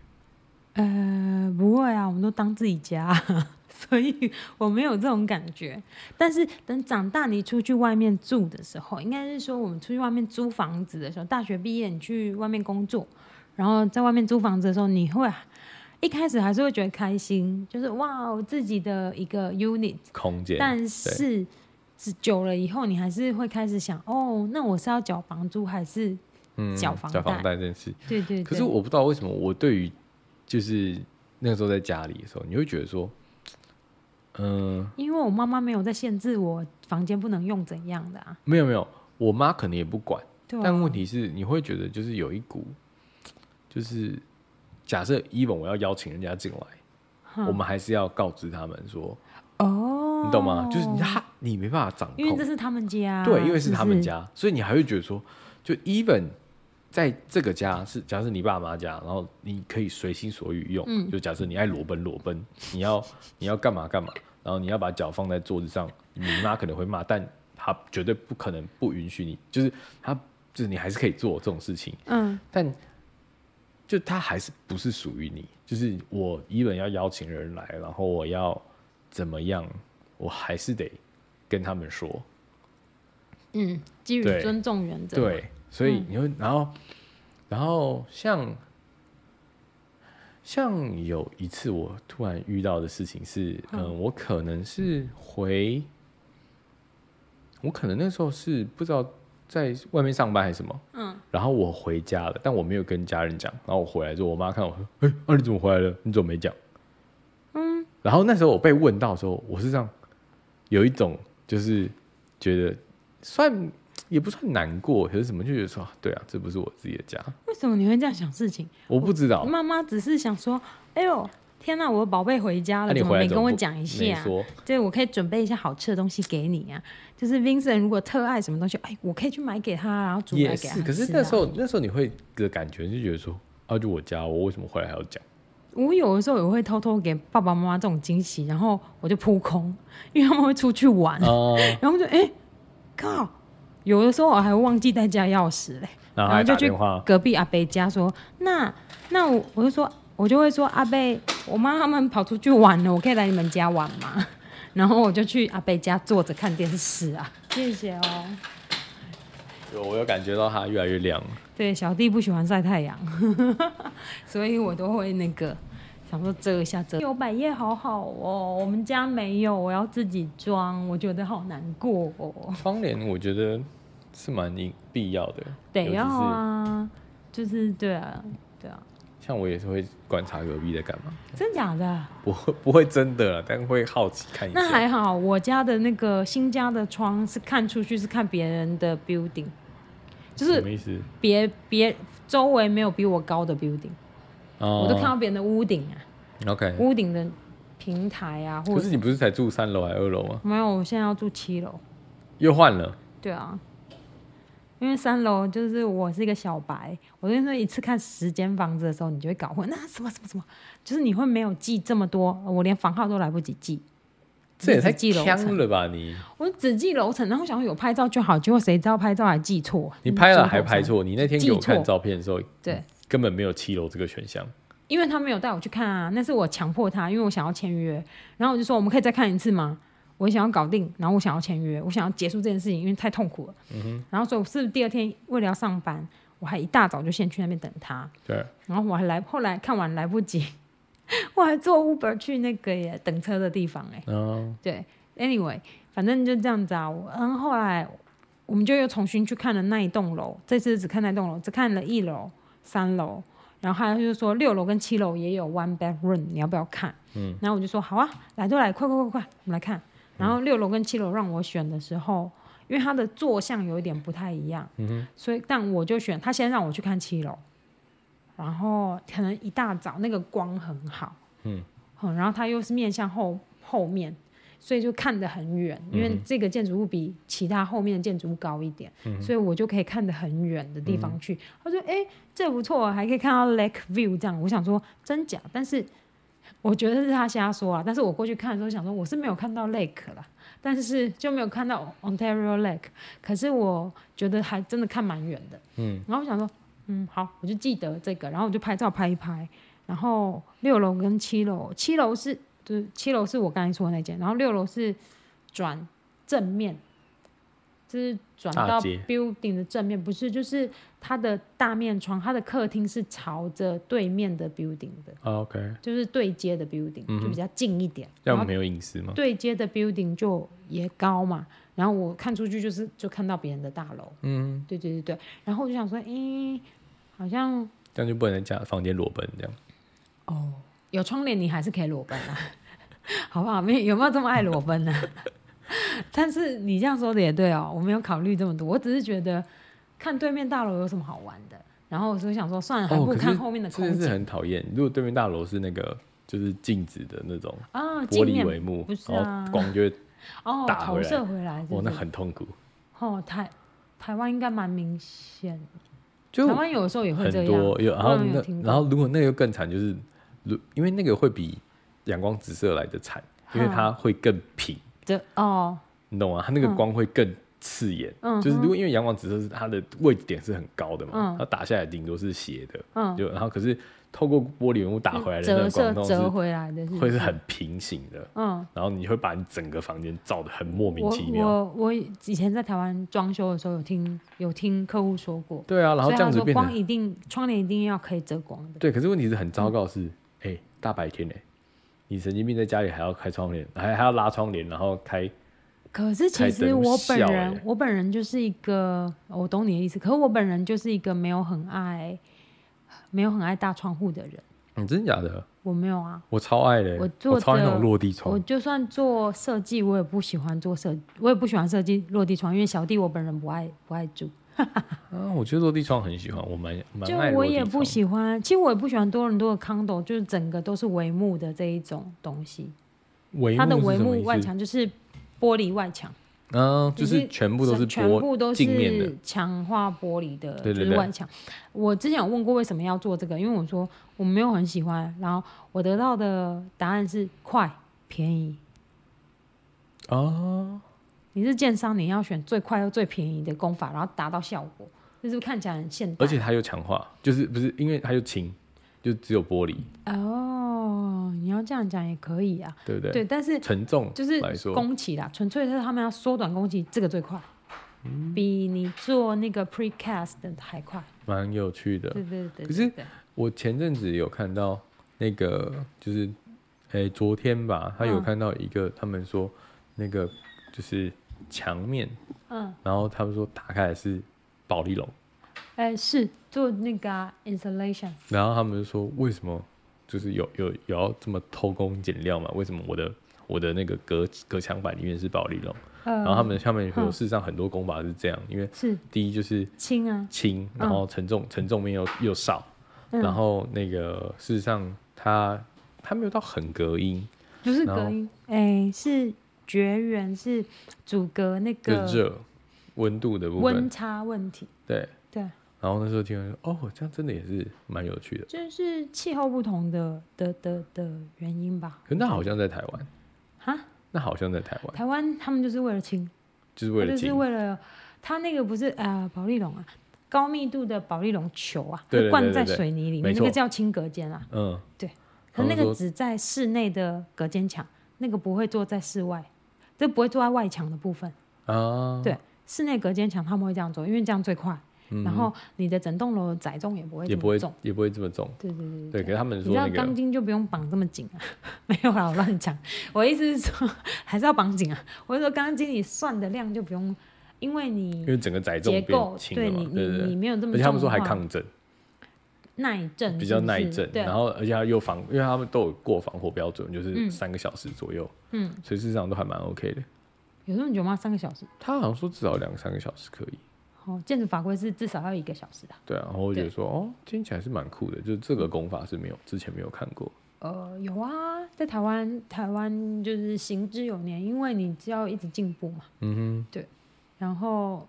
Speaker 2: 呃，不会啊，我们都当自己家， 所以我没有这种感觉。但是等长大你出去外面住的时候，应该是说我们出去外面租房子的时候，大学毕业你去外面工作，然后在外面租房子的时候，你会啊一开始还是会觉得开心，就是哇，我自己的一个 unit，
Speaker 1: 空间。
Speaker 2: 但是只久了以后，你还是会开始想，哦，那我是要缴房租还是？
Speaker 1: 嗯
Speaker 2: 缴房
Speaker 1: 缴房贷
Speaker 2: 贷
Speaker 1: 这件事，
Speaker 2: 对对对。
Speaker 1: 可是我不知道为什么我对于就是那个时候在家里的时候，你会觉得说，嗯、
Speaker 2: 因为我妈妈没有在限制我房间不能用怎样的啊。
Speaker 1: 没有没有，我妈可能也不管，
Speaker 2: 对啊
Speaker 1: 但问题是你会觉得就是有一股，就是假设 even 我要邀请人家进来，我们还是要告知他们说，
Speaker 2: 哦，
Speaker 1: 你懂吗？就是他你没办法掌控，
Speaker 2: 因为这是他们家，
Speaker 1: 对，因为是他们
Speaker 2: 啊是
Speaker 1: 家，所以你还会觉得说，就 even 在这个家是假设你爸妈家，然后你可以随心所欲用，
Speaker 2: 嗯
Speaker 1: 就假设你爱裸奔裸奔，你要你要干嘛干嘛，然后你要把脚放在桌子上，你妈可能会骂，但她绝对不可能不允许你，就是她就是你还是可以做这种事情，
Speaker 2: 不是，嗯，
Speaker 1: 但就它还是不是属于你，就是我 even 要邀请人来，然后我要怎么样，我还是得跟他们说。
Speaker 2: 嗯，基于
Speaker 1: 对
Speaker 2: 尊重原则，，
Speaker 1: 对，所以你会，然后，然后像像有一次我突然遇到的事情是，嗯、我可能是回，我可能那时候是不知道在外面上班还是什么，
Speaker 2: 嗯，
Speaker 1: 然后我回家了，但我没有跟家人讲，然后我回来之后，我妈看我说，哎、啊你怎么回来了？你怎么没讲？嗯，然后那时候我被问到的时候，我是这样，有一种就是觉得算也不算难过，可是什么就觉得说，啊对啊，这不是我自己的家，
Speaker 2: 为什么你会这样想事情？
Speaker 1: 我不知道。
Speaker 2: 妈妈只是想说，哎呦，天哪，我的宝贝回家
Speaker 1: 那、
Speaker 2: 了，
Speaker 1: 你
Speaker 2: 怎么
Speaker 1: 回来
Speaker 2: 没
Speaker 1: 怎
Speaker 2: 跟
Speaker 1: 么
Speaker 2: 我
Speaker 1: 不
Speaker 2: 讲一
Speaker 1: 没
Speaker 2: 下？
Speaker 1: 说
Speaker 2: 对，我可以准备一些好吃的东西给你啊。就是 Vincent 如果特爱什么东西，哎，我可以去买给他，然后煮
Speaker 1: 也
Speaker 2: 来给
Speaker 1: 是，
Speaker 2: 他吃啊。
Speaker 1: 可是那时候那时候你会的感觉就觉得说，啊，就我家，我为什么回来还要 讲？
Speaker 2: 我有的时候也会偷偷给爸爸妈妈这种惊喜，然后我就扑空，因为他们会出去玩，
Speaker 1: 哦、
Speaker 2: 然后就哎、靠，有的时候我还会忘记带家钥匙嘞，
Speaker 1: 然后
Speaker 2: 后
Speaker 1: 还
Speaker 2: 就
Speaker 1: 打
Speaker 2: 去
Speaker 1: 电话，
Speaker 2: 隔壁阿贝家说，那那我我就说，我就会说阿贝，我妈他们跑出去玩了，我可以来你们家玩吗？ 然后我就去阿贝家坐着看电视啊，谢谢哦。
Speaker 1: 有我有感觉到它越来越亮了。
Speaker 2: 对，小弟不喜欢晒太阳， 所以我都会那个想说遮一下遮。有百叶好好哦，我们家没有，我要自己装，我觉得好难过哦。
Speaker 1: 窗帘我觉得是蛮应必要的，尤
Speaker 2: 得
Speaker 1: 其
Speaker 2: 要
Speaker 1: 是
Speaker 2: 啊，就是对啊，对啊，
Speaker 1: 像我也是会观察隔壁在干嘛，
Speaker 2: 真假的？啊
Speaker 1: 不会不会真的啦，但会好奇看一下。
Speaker 2: 那还好，我家的那个新家的窗是看出去是看别人的 building，就
Speaker 1: 什
Speaker 2: 是
Speaker 1: 么意思？
Speaker 2: 别别周围没有比我高的 building，、
Speaker 1: 哦
Speaker 2: 我都看到别人的屋顶啊，
Speaker 1: OK。
Speaker 2: 屋顶的平台啊，或
Speaker 1: 可
Speaker 2: 者
Speaker 1: 是你不是才住三楼还是二楼吗？
Speaker 2: 没有，我现在要住七楼。
Speaker 1: 又换了，
Speaker 2: 对啊，因为三楼就是我是一个小白，我跟你说一次看十间房子的时候，你就会搞混，那什么什么什么，就是你会没有记这么多，我连房号都来不及记，
Speaker 1: 这也
Speaker 2: 只
Speaker 1: 太
Speaker 2: 记楼
Speaker 1: 呛
Speaker 2: 层，
Speaker 1: 了吧你！
Speaker 2: 我只记楼层，然后想说有拍照就好，结果谁知道拍照还记错，
Speaker 1: 你拍了还
Speaker 2: 记
Speaker 1: 拍错，你那天给我
Speaker 2: 记错
Speaker 1: 看照片的时候，
Speaker 2: 对，
Speaker 1: 根本没有七楼这个选项。
Speaker 2: 因为他没有带我去看啊，那是我强迫他，因为我想要签约。然后我就说我们可以再看一次吗？我想要搞定，然后我想要签约，我想要结束这件事情，因为太痛苦了。然后所以我是第二天为了要上班，我还一大早就先去那边等他，
Speaker 1: 对，
Speaker 2: 然后我还来后来看完来不及， 我还坐 Uber 去那个耶等车的地方哎。
Speaker 1: 然后
Speaker 2: 对，anyway，反正就这样子啊。我然后后来我们就又重新去看了那一栋楼，这次只看那栋楼，只看了一楼、三楼，然后他就说六楼跟七楼也有 one bedroom，你要不要看？嗯，然后我就说好啊，来都来，快快快快，我们来看。然后六楼跟七楼让我选的时候，因为它的坐向有一点不太一样，嗯、所以但我就选他先让我去看七楼，然后可能一大早那个光很好，嗯，然后它又是面向后后面，所以就看得很远，因为这个建筑物比其他后面的建筑物高一点，所以我就可以看得很远的地方去。他说：“哎、这不错，还可以看到 Lake View 这样。”我想说真假，但是我觉得是他瞎说啊。但是我过去看的时候想说我是没有看到 Lake 啦，但是就没有看到 Ontario Lake，可是我觉得还真的看蛮远的。嗯，然后我想说，嗯，好，我就记得这个，然后我就拍照拍一拍。然后六楼跟七楼，七楼是就是七楼是我刚才说的那间，然后六楼是转正面，就是转
Speaker 1: 大
Speaker 2: 到
Speaker 1: 街
Speaker 2: building 的正面，不是就是它的大面窗，它的客厅是朝着对面的 building 的，
Speaker 1: 啊 OK，
Speaker 2: 就是对接的 building，、就比较近一点。
Speaker 1: 这
Speaker 2: 然
Speaker 1: 嗯
Speaker 2: 后
Speaker 1: 样没有隐私吗？
Speaker 2: 对接的 building 就也高嘛，然后我看出去就是就看到别人的大楼，
Speaker 1: 嗯，
Speaker 2: 对对对对，然后我就想说，诶，好像
Speaker 1: 这样就不能在家房间裸奔这样。
Speaker 2: 哦，有窗帘你还是可以裸奔啊， 好不好？没有没有这么爱裸奔呢、 啊？但是你这样说的也对哦，我没有考虑这么多，我只是觉得看对面大楼有什么好玩的，然后我就想说，算了，还不
Speaker 1: 哦可
Speaker 2: 如
Speaker 1: 是
Speaker 2: 看后面的空
Speaker 1: 真的
Speaker 2: 景
Speaker 1: 是很讨厌。如果对面大楼是那个就是镜子的那种
Speaker 2: 啊，
Speaker 1: 玻
Speaker 2: 镜
Speaker 1: 璃
Speaker 2: 面
Speaker 1: 帷幕，
Speaker 2: 不是
Speaker 1: 然
Speaker 2: 啊
Speaker 1: 后，光就会
Speaker 2: 哦，
Speaker 1: 打回
Speaker 2: 投
Speaker 1: 来
Speaker 2: 射回来是不
Speaker 1: 哇，那
Speaker 2: 是
Speaker 1: 很痛苦。
Speaker 2: 哦，台台湾应该蛮明显，
Speaker 1: 就
Speaker 2: 台湾有的时候也会
Speaker 1: 很
Speaker 2: 这样，
Speaker 1: 多有，然后
Speaker 2: 我有没有
Speaker 1: 那
Speaker 2: 听过
Speaker 1: 然后如果那个更惨，就是如因为那个会比阳光直射来的惨，因为
Speaker 2: 哈
Speaker 1: 它会更平，
Speaker 2: 这哦，
Speaker 1: 你懂吗？它那个
Speaker 2: 嗯
Speaker 1: 光会更刺眼，
Speaker 2: 嗯
Speaker 1: 就是如果因为阳光直射是它的位置点是很高的嘛，
Speaker 2: 嗯
Speaker 1: 它打下来顶多是斜的，
Speaker 2: 嗯，
Speaker 1: 就然后可是透过玻璃幕打回来的那
Speaker 2: 折
Speaker 1: 个
Speaker 2: 射
Speaker 1: 光那
Speaker 2: 折
Speaker 1: 种
Speaker 2: 回来的
Speaker 1: 是
Speaker 2: 是
Speaker 1: 会是很平行的，
Speaker 2: 嗯。
Speaker 1: 然后你会把你整个房间照的很莫名
Speaker 2: 我
Speaker 1: 其妙。
Speaker 2: 我我以前在台湾装修的时候有听有听客户说过，
Speaker 1: 对啊，然后
Speaker 2: 所以
Speaker 1: 这
Speaker 2: 他
Speaker 1: 样子
Speaker 2: 说
Speaker 1: 变
Speaker 2: 光
Speaker 1: 成
Speaker 2: 一定窗帘一定要可以遮光的，
Speaker 1: 对，可是问题是很糟糕的
Speaker 2: 嗯
Speaker 1: 是，哎、大白天哎、你神经病在家里还要开窗帘，还还要拉窗帘，然后开
Speaker 2: 可是其
Speaker 1: 开
Speaker 2: 实
Speaker 1: 灯
Speaker 2: 我本
Speaker 1: 笑
Speaker 2: 人、
Speaker 1: 欸
Speaker 2: 我本人就是一个，哦我懂你的意思，可是我本人就是一个没有很爱没有很爱大窗户的人，
Speaker 1: 嗯，真的假的？
Speaker 2: 我没有啊。
Speaker 1: 我超爱的欸、
Speaker 2: 我
Speaker 1: 我
Speaker 2: 坐
Speaker 1: 超爱那
Speaker 2: 着
Speaker 1: 种落地
Speaker 2: 我
Speaker 1: 窗。
Speaker 2: 就算做设计，我也不喜欢做设，我也不喜欢设计落地窗，因为小弟我本人不爱不爱住，
Speaker 1: 啊，我觉得落地窗很喜欢，我蛮蛮
Speaker 2: 就
Speaker 1: 爱落
Speaker 2: 我
Speaker 1: 地
Speaker 2: 也
Speaker 1: 窗
Speaker 2: 不
Speaker 1: 的。
Speaker 2: 喜欢，其实我也不喜欢多伦多的 condo，就是整个都是帷幕的这一种东西。
Speaker 1: 帷
Speaker 2: 它的
Speaker 1: 幕
Speaker 2: 帷
Speaker 1: 是什么
Speaker 2: 幕外
Speaker 1: 意思？
Speaker 2: 墙就是玻璃外墙，
Speaker 1: 嗯、就
Speaker 2: 就是
Speaker 1: 是全部都是
Speaker 2: 全
Speaker 1: 玻
Speaker 2: 部都
Speaker 1: 镜面的
Speaker 2: 是强化玻璃的，
Speaker 1: 对对
Speaker 2: 就是
Speaker 1: 对
Speaker 2: 外墙。我之前有问过为什么要做这个，因为我说我没有很喜欢，然后我得到的答案是快便宜。
Speaker 1: 啊，
Speaker 2: 你是建商，你要选最快又最便宜的工法，然后达到效果，就是看起来很现代。
Speaker 1: 而且它又强化，就是不是因为它又轻，就只有玻璃，
Speaker 2: 哦，你要这样讲也可以啊，
Speaker 1: 对不对？
Speaker 2: 对，但是
Speaker 1: 沉重
Speaker 2: 就是
Speaker 1: 来说，
Speaker 2: 工期啦，纯粹是他们要缩短工期，这个最快，
Speaker 1: 嗯
Speaker 2: 比你做那个 precast 的还快。
Speaker 1: 蛮有趣的。
Speaker 2: 对对对。
Speaker 1: 可是
Speaker 2: 对对
Speaker 1: 我前阵子有看到那个，就是，诶、昨天吧，他有
Speaker 2: 嗯
Speaker 1: 看到一个，他们说那个就是墙面，
Speaker 2: 嗯，
Speaker 1: 然后他们说打开来是保利龙，
Speaker 2: 哎、是做那个啊、installation，
Speaker 1: 然后他们就说为什么就是有有有要这么偷工减料嘛？为什么我的我的那个隔隔墙板里面是保利龙？
Speaker 2: 呃，
Speaker 1: 然后他们他们说
Speaker 2: 嗯
Speaker 1: 事实上很多工法是这样，因为
Speaker 2: 是
Speaker 1: 第一就是
Speaker 2: 轻啊，
Speaker 1: 轻，然后承重、承重面又又少，
Speaker 2: 嗯
Speaker 1: 然后那个事实上它它没有到很隔音，
Speaker 2: 不是
Speaker 1: 然后
Speaker 2: 隔音，哎、是绝缘，是阻隔那
Speaker 1: 就
Speaker 2: 个
Speaker 1: 热温度的部
Speaker 2: 温
Speaker 1: 分，
Speaker 2: 差问题。
Speaker 1: 对。
Speaker 2: 对，
Speaker 1: 然后那时候听完说，哦，这样真的也是蛮有趣的。
Speaker 2: 就是气候不同的的的的原因吧。
Speaker 1: 可那好像在台湾，
Speaker 2: 哈，
Speaker 1: 那好像在台湾，
Speaker 2: 台湾他们就是为了轻，
Speaker 1: 就是
Speaker 2: 他
Speaker 1: 为了
Speaker 2: 就是
Speaker 1: 听
Speaker 2: 为了他那个不是呃保利龙啊，高密度的保利龙球啊，
Speaker 1: 对对对
Speaker 2: 会灌
Speaker 1: 对
Speaker 2: 在
Speaker 1: 对
Speaker 2: 水泥里
Speaker 1: 没
Speaker 2: 面，那
Speaker 1: 错
Speaker 2: 个叫轻隔间啊。
Speaker 1: 嗯，
Speaker 2: 可
Speaker 1: 他
Speaker 2: 那
Speaker 1: 们
Speaker 2: 个
Speaker 1: 说
Speaker 2: 只在室内的隔间墙，那个不会做在室外，这不会做在外墙的部分。
Speaker 1: 啊，
Speaker 2: 对室内隔间墙他们会这样做，因为这样最快。然后你的整栋楼的载重也不会
Speaker 1: 嗯也
Speaker 2: 这
Speaker 1: 不
Speaker 2: 么
Speaker 1: 会
Speaker 2: 重。
Speaker 1: 也不会这么重。
Speaker 2: 对对对
Speaker 1: 对，可是他们
Speaker 2: 你
Speaker 1: 说
Speaker 2: 知道
Speaker 1: 那
Speaker 2: 钢
Speaker 1: 个
Speaker 2: 筋就不用绑这么紧啊？ 没有啦，我乱讲。我意思是说，还是要绑紧啊。我是说，钢筋你算的量就不用，因为
Speaker 1: 因
Speaker 2: 你
Speaker 1: 为整个载重
Speaker 2: 结
Speaker 1: 变
Speaker 2: 构
Speaker 1: 轻
Speaker 2: 对
Speaker 1: 了
Speaker 2: 你
Speaker 1: 嘛，对
Speaker 2: 你
Speaker 1: 对
Speaker 2: 你
Speaker 1: 对。
Speaker 2: 没有这么
Speaker 1: 而且他们说
Speaker 2: 重的
Speaker 1: 还
Speaker 2: 话
Speaker 1: 抗震，
Speaker 2: 耐震，
Speaker 1: 比较
Speaker 2: 是不是
Speaker 1: 耐震，
Speaker 2: 对啊
Speaker 1: 然后而且它又防，因为他们都有过防火标准，就是三个小时左右，
Speaker 2: 嗯，
Speaker 1: 所以事实上都还蛮 OK 的。
Speaker 2: 有时候你觉得吗？三个小时，
Speaker 1: 他好像说至少两三个小时可以，
Speaker 2: 哦，建筑法规是至少要一个小时的。
Speaker 1: 对啊，然后我就觉得说哦，听起来是蛮酷的，就是这个功法是没有之前没有看过，
Speaker 2: 呃，有啊，在台湾，台湾就是行之有年，因为你只要一直进步嘛。
Speaker 1: 嗯
Speaker 2: 然后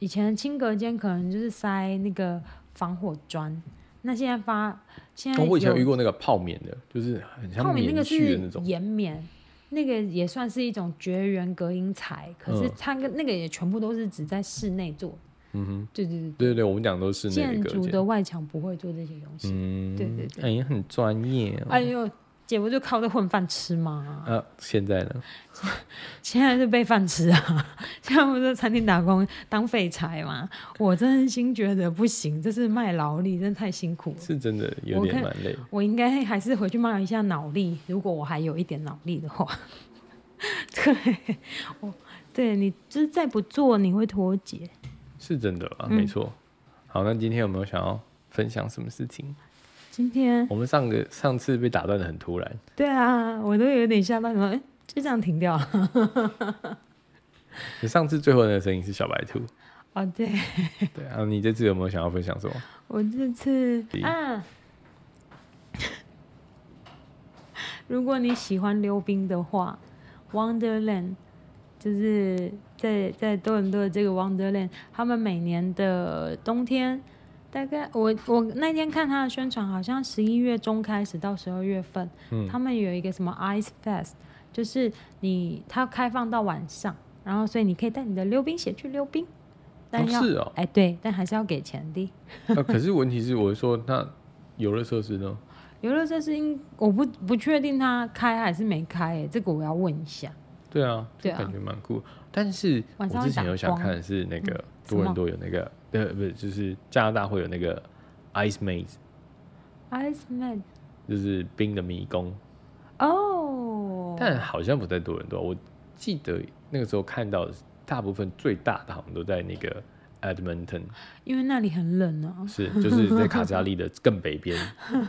Speaker 2: 以前轻隔间可能就是塞那个防火砖，那现在发现在
Speaker 1: 哼，哦我以前有遇
Speaker 2: 有
Speaker 1: 过那个泡棉的，就是很
Speaker 2: 泡
Speaker 1: 像
Speaker 2: 棉那个
Speaker 1: 棉絮
Speaker 2: 是
Speaker 1: 的那种，
Speaker 2: 岩棉，那个也算是一种绝缘隔音材，可是
Speaker 1: 嗯
Speaker 2: 它跟那个也全部都是只在室内做。
Speaker 1: 嗯哼，
Speaker 2: 对对对。
Speaker 1: 对对对，我们讲都是那
Speaker 2: 建
Speaker 1: 个
Speaker 2: 筑的外墙不会做这些东西，
Speaker 1: 嗯，
Speaker 2: 对对对
Speaker 1: 哎，也很专业哦。
Speaker 2: 哎呦，姐不就靠这混饭吃吗？
Speaker 1: 啊，现在呢？
Speaker 2: 现在是被饭吃啊！ 现在不是在餐厅打工当废柴嘛？我真心觉得不行，这是卖劳力，真的太辛苦了。
Speaker 1: 是真的有
Speaker 2: 我
Speaker 1: 点
Speaker 2: 看
Speaker 1: 蛮累，
Speaker 2: 我应该还是回去骂一下脑力，如果我还有一点脑力的话。 对，我对你就是再不做，你会脱节。
Speaker 1: 是真的
Speaker 2: 嗯
Speaker 1: 啊，没错。好，那今天有没有想要分享什么事情？
Speaker 2: 今天
Speaker 1: 我们上个上次被打断的很突然，
Speaker 2: 对啊，我都有点吓到你们，诶就这样停掉了。
Speaker 1: 你上次最后那个声音是小白兔，
Speaker 2: 哦，对，
Speaker 1: 对啊，你这次有没有想要分享什么？
Speaker 2: 我这次
Speaker 1: 咦
Speaker 2: 啊， 如果你喜欢溜冰的话，Wonderland 就是在在多伦多的这个 Wonderland，他们每年的冬天，大概我我那天看他的宣传，好像十一月中开始到十二月份，
Speaker 1: 嗯
Speaker 2: 他们有一个什么 Ice Fest，就是你它开放到晚上，然后所以你可以带你的溜冰鞋去溜冰，但
Speaker 1: 哦，
Speaker 2: 要。
Speaker 1: 是哦，
Speaker 2: 哎，对，但还是要给钱的。
Speaker 1: 啊可是问题是，我说那游乐设施呢？
Speaker 2: 游乐设施应我不不确定它开还是没开、欸，这个我要问一下。
Speaker 1: 对啊，
Speaker 2: 对
Speaker 1: 就
Speaker 2: 啊
Speaker 1: 感觉蛮酷。但是我
Speaker 2: 晚上会
Speaker 1: 之前有想
Speaker 2: 打光嗯
Speaker 1: 看的是那个
Speaker 2: 什
Speaker 1: 多
Speaker 2: 么
Speaker 1: 伦多有那个，呃，不是，就是加拿大会有那个 Ice Maze，
Speaker 2: Ice Man，
Speaker 1: 就是冰的迷宫，
Speaker 2: 哦，
Speaker 1: 但好像不在多伦多。我记得那个时候看到的是大部分最大的好像都在那个 Edmonton，
Speaker 2: 因为那里很冷啊。
Speaker 1: 是， 就是在卡加利的更北边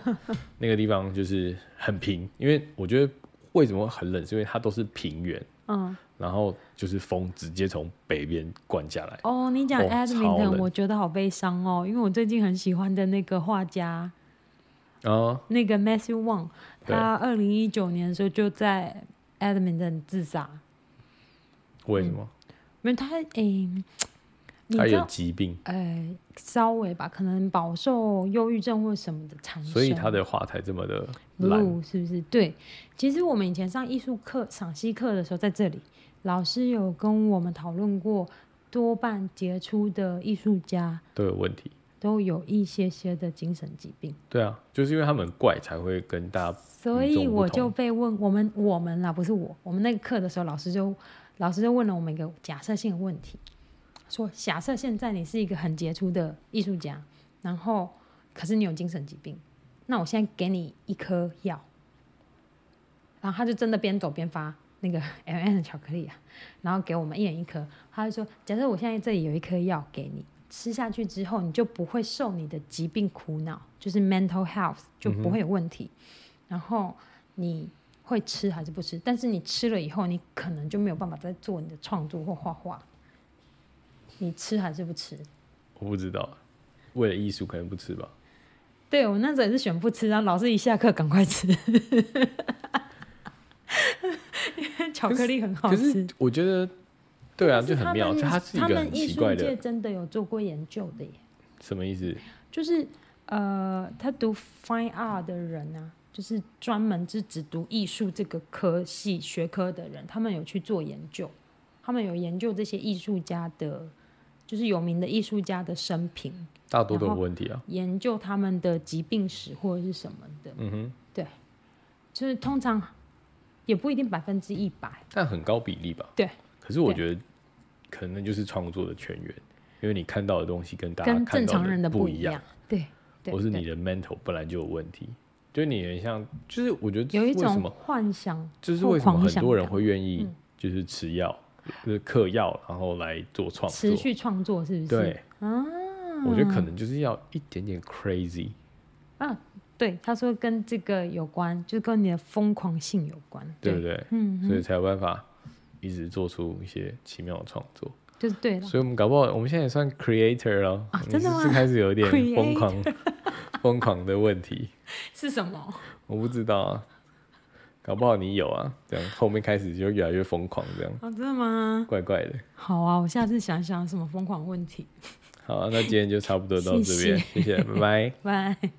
Speaker 1: 那个地方，就是很平。因为我觉得为什么很冷，是因为它都是平原，
Speaker 2: 嗯，
Speaker 1: 然后就是风直接从北边灌下来。
Speaker 2: 哦，你讲
Speaker 1: 哦超
Speaker 2: Edmonton，
Speaker 1: 冷
Speaker 2: 我觉得好悲伤哦，因为我最近很喜欢的那个画家，
Speaker 1: 哦，
Speaker 2: 那个 Matthew Wong，
Speaker 1: 对
Speaker 2: 他二零一九年的时候就在 Edmonton 自杀，
Speaker 1: 为什么？
Speaker 2: 因为他诶、嗯你
Speaker 1: 它
Speaker 2: 知
Speaker 1: 有
Speaker 2: 道，
Speaker 1: 疾病，
Speaker 2: 呃，稍微吧，可能饱受忧郁症或什么的缠身，
Speaker 1: 所以他的画才这么的烂。
Speaker 2: blue 是不是？对，其实我们以前上艺术课、赏析课的时候，在这里老师有跟我们讨论过，多半杰出的艺术家
Speaker 1: 都有问题。
Speaker 2: 都有一些些的精神疾病，
Speaker 1: 对啊，就是因为他们很怪，才会跟大家
Speaker 2: 所
Speaker 1: 与众
Speaker 2: 以
Speaker 1: 不
Speaker 2: 我就
Speaker 1: 同
Speaker 2: 被问我们我们啦，不是我，我们那个课的时候，老师就老师就问了我们一个假设性的问题，说假设现在你是一个很杰出的艺术家，然后可是你有精神疾病，那我现在给你一颗药，然后他就真的边走边发那个 M M 的巧克力啊，然后给我们一人一颗，他就说假设我现在这里有一颗药给你。吃下去之后，你就不会受你的疾病苦恼，就是 mental health 就不会有问题。然后你会吃还是不吃？但是你吃了以后，你可能就没有办法再做你的创作或画画。你吃还是不吃？
Speaker 1: 我不知道，为了艺术可能不吃吧。
Speaker 2: 对我那时候也是选不吃啊，老师一下课赶快吃， 因为巧克力很好
Speaker 1: 可是
Speaker 2: 吃。
Speaker 1: 我觉得，对啊，就
Speaker 2: 但是
Speaker 1: 很
Speaker 2: 他
Speaker 1: 妙，
Speaker 2: 们
Speaker 1: 就它是一
Speaker 2: 他
Speaker 1: 个很
Speaker 2: 们艺
Speaker 1: 奇
Speaker 2: 术
Speaker 1: 怪
Speaker 2: 界
Speaker 1: 的，
Speaker 2: 真的有做过研究的耶，
Speaker 1: 什么意思？
Speaker 2: 就是呃，他读 Fine Art 的人啊，就是专门是只读艺术这个科系学科的人，他们有去做研究，他们有研究这些艺术家的就是有名的艺术家的生平，
Speaker 1: 大多都有问题啊。
Speaker 2: 研究他们的疾病史或者是什么的，
Speaker 1: 嗯哼，
Speaker 2: 就是通常也不一定百分之一百。
Speaker 1: 但很高比例吧。
Speaker 2: 对。
Speaker 1: 可是我觉得，可能就是创作的全员，因为你看到的东西跟大家
Speaker 2: 跟
Speaker 1: 看
Speaker 2: 正
Speaker 1: 到
Speaker 2: 常人的
Speaker 1: 不
Speaker 2: 不
Speaker 1: 一
Speaker 2: 一
Speaker 1: 样
Speaker 2: 样，，对，对
Speaker 1: 或是
Speaker 2: 对
Speaker 1: 你的 mental 本来就有问题，就你很像，就是我觉得
Speaker 2: 有一
Speaker 1: 为什
Speaker 2: 种
Speaker 1: 么
Speaker 2: 幻想，
Speaker 1: 就是为什么
Speaker 2: 狂
Speaker 1: 很
Speaker 2: 想嗯
Speaker 1: 多人
Speaker 2: 感
Speaker 1: 会愿意就是吃药，就是嗑药，然后来做创
Speaker 2: 持
Speaker 1: 作。
Speaker 2: 续啊创作是不是？
Speaker 1: 对，我觉得可能就是要一点点 crazy，
Speaker 2: 啊，对，他说跟这个有关，就跟你的疯狂性有关，
Speaker 1: 对不，对？
Speaker 2: 嗯，
Speaker 1: 所以才有办法一直做出一些奇妙的创作。
Speaker 2: 就是对了，
Speaker 1: 所以我们搞不好我们现在也算 creator 了，
Speaker 2: 啊
Speaker 1: 我们
Speaker 2: 真
Speaker 1: 是
Speaker 2: 的
Speaker 1: 不
Speaker 2: 吗
Speaker 1: 是开始 有一点
Speaker 2: Creator
Speaker 1: 疯狂疯狂的问题？
Speaker 2: 是什么？
Speaker 1: 我不知道啊，搞不好你有啊，这样后面开始就越来越疯狂，这样
Speaker 2: 啊，真的吗？
Speaker 1: 怪怪的。
Speaker 2: 好啊，我下次想想有什么疯狂问题，
Speaker 1: 好啊、那今天就差不多到这
Speaker 2: 谢
Speaker 1: 边，谢谢，拜拜。
Speaker 2: 拜。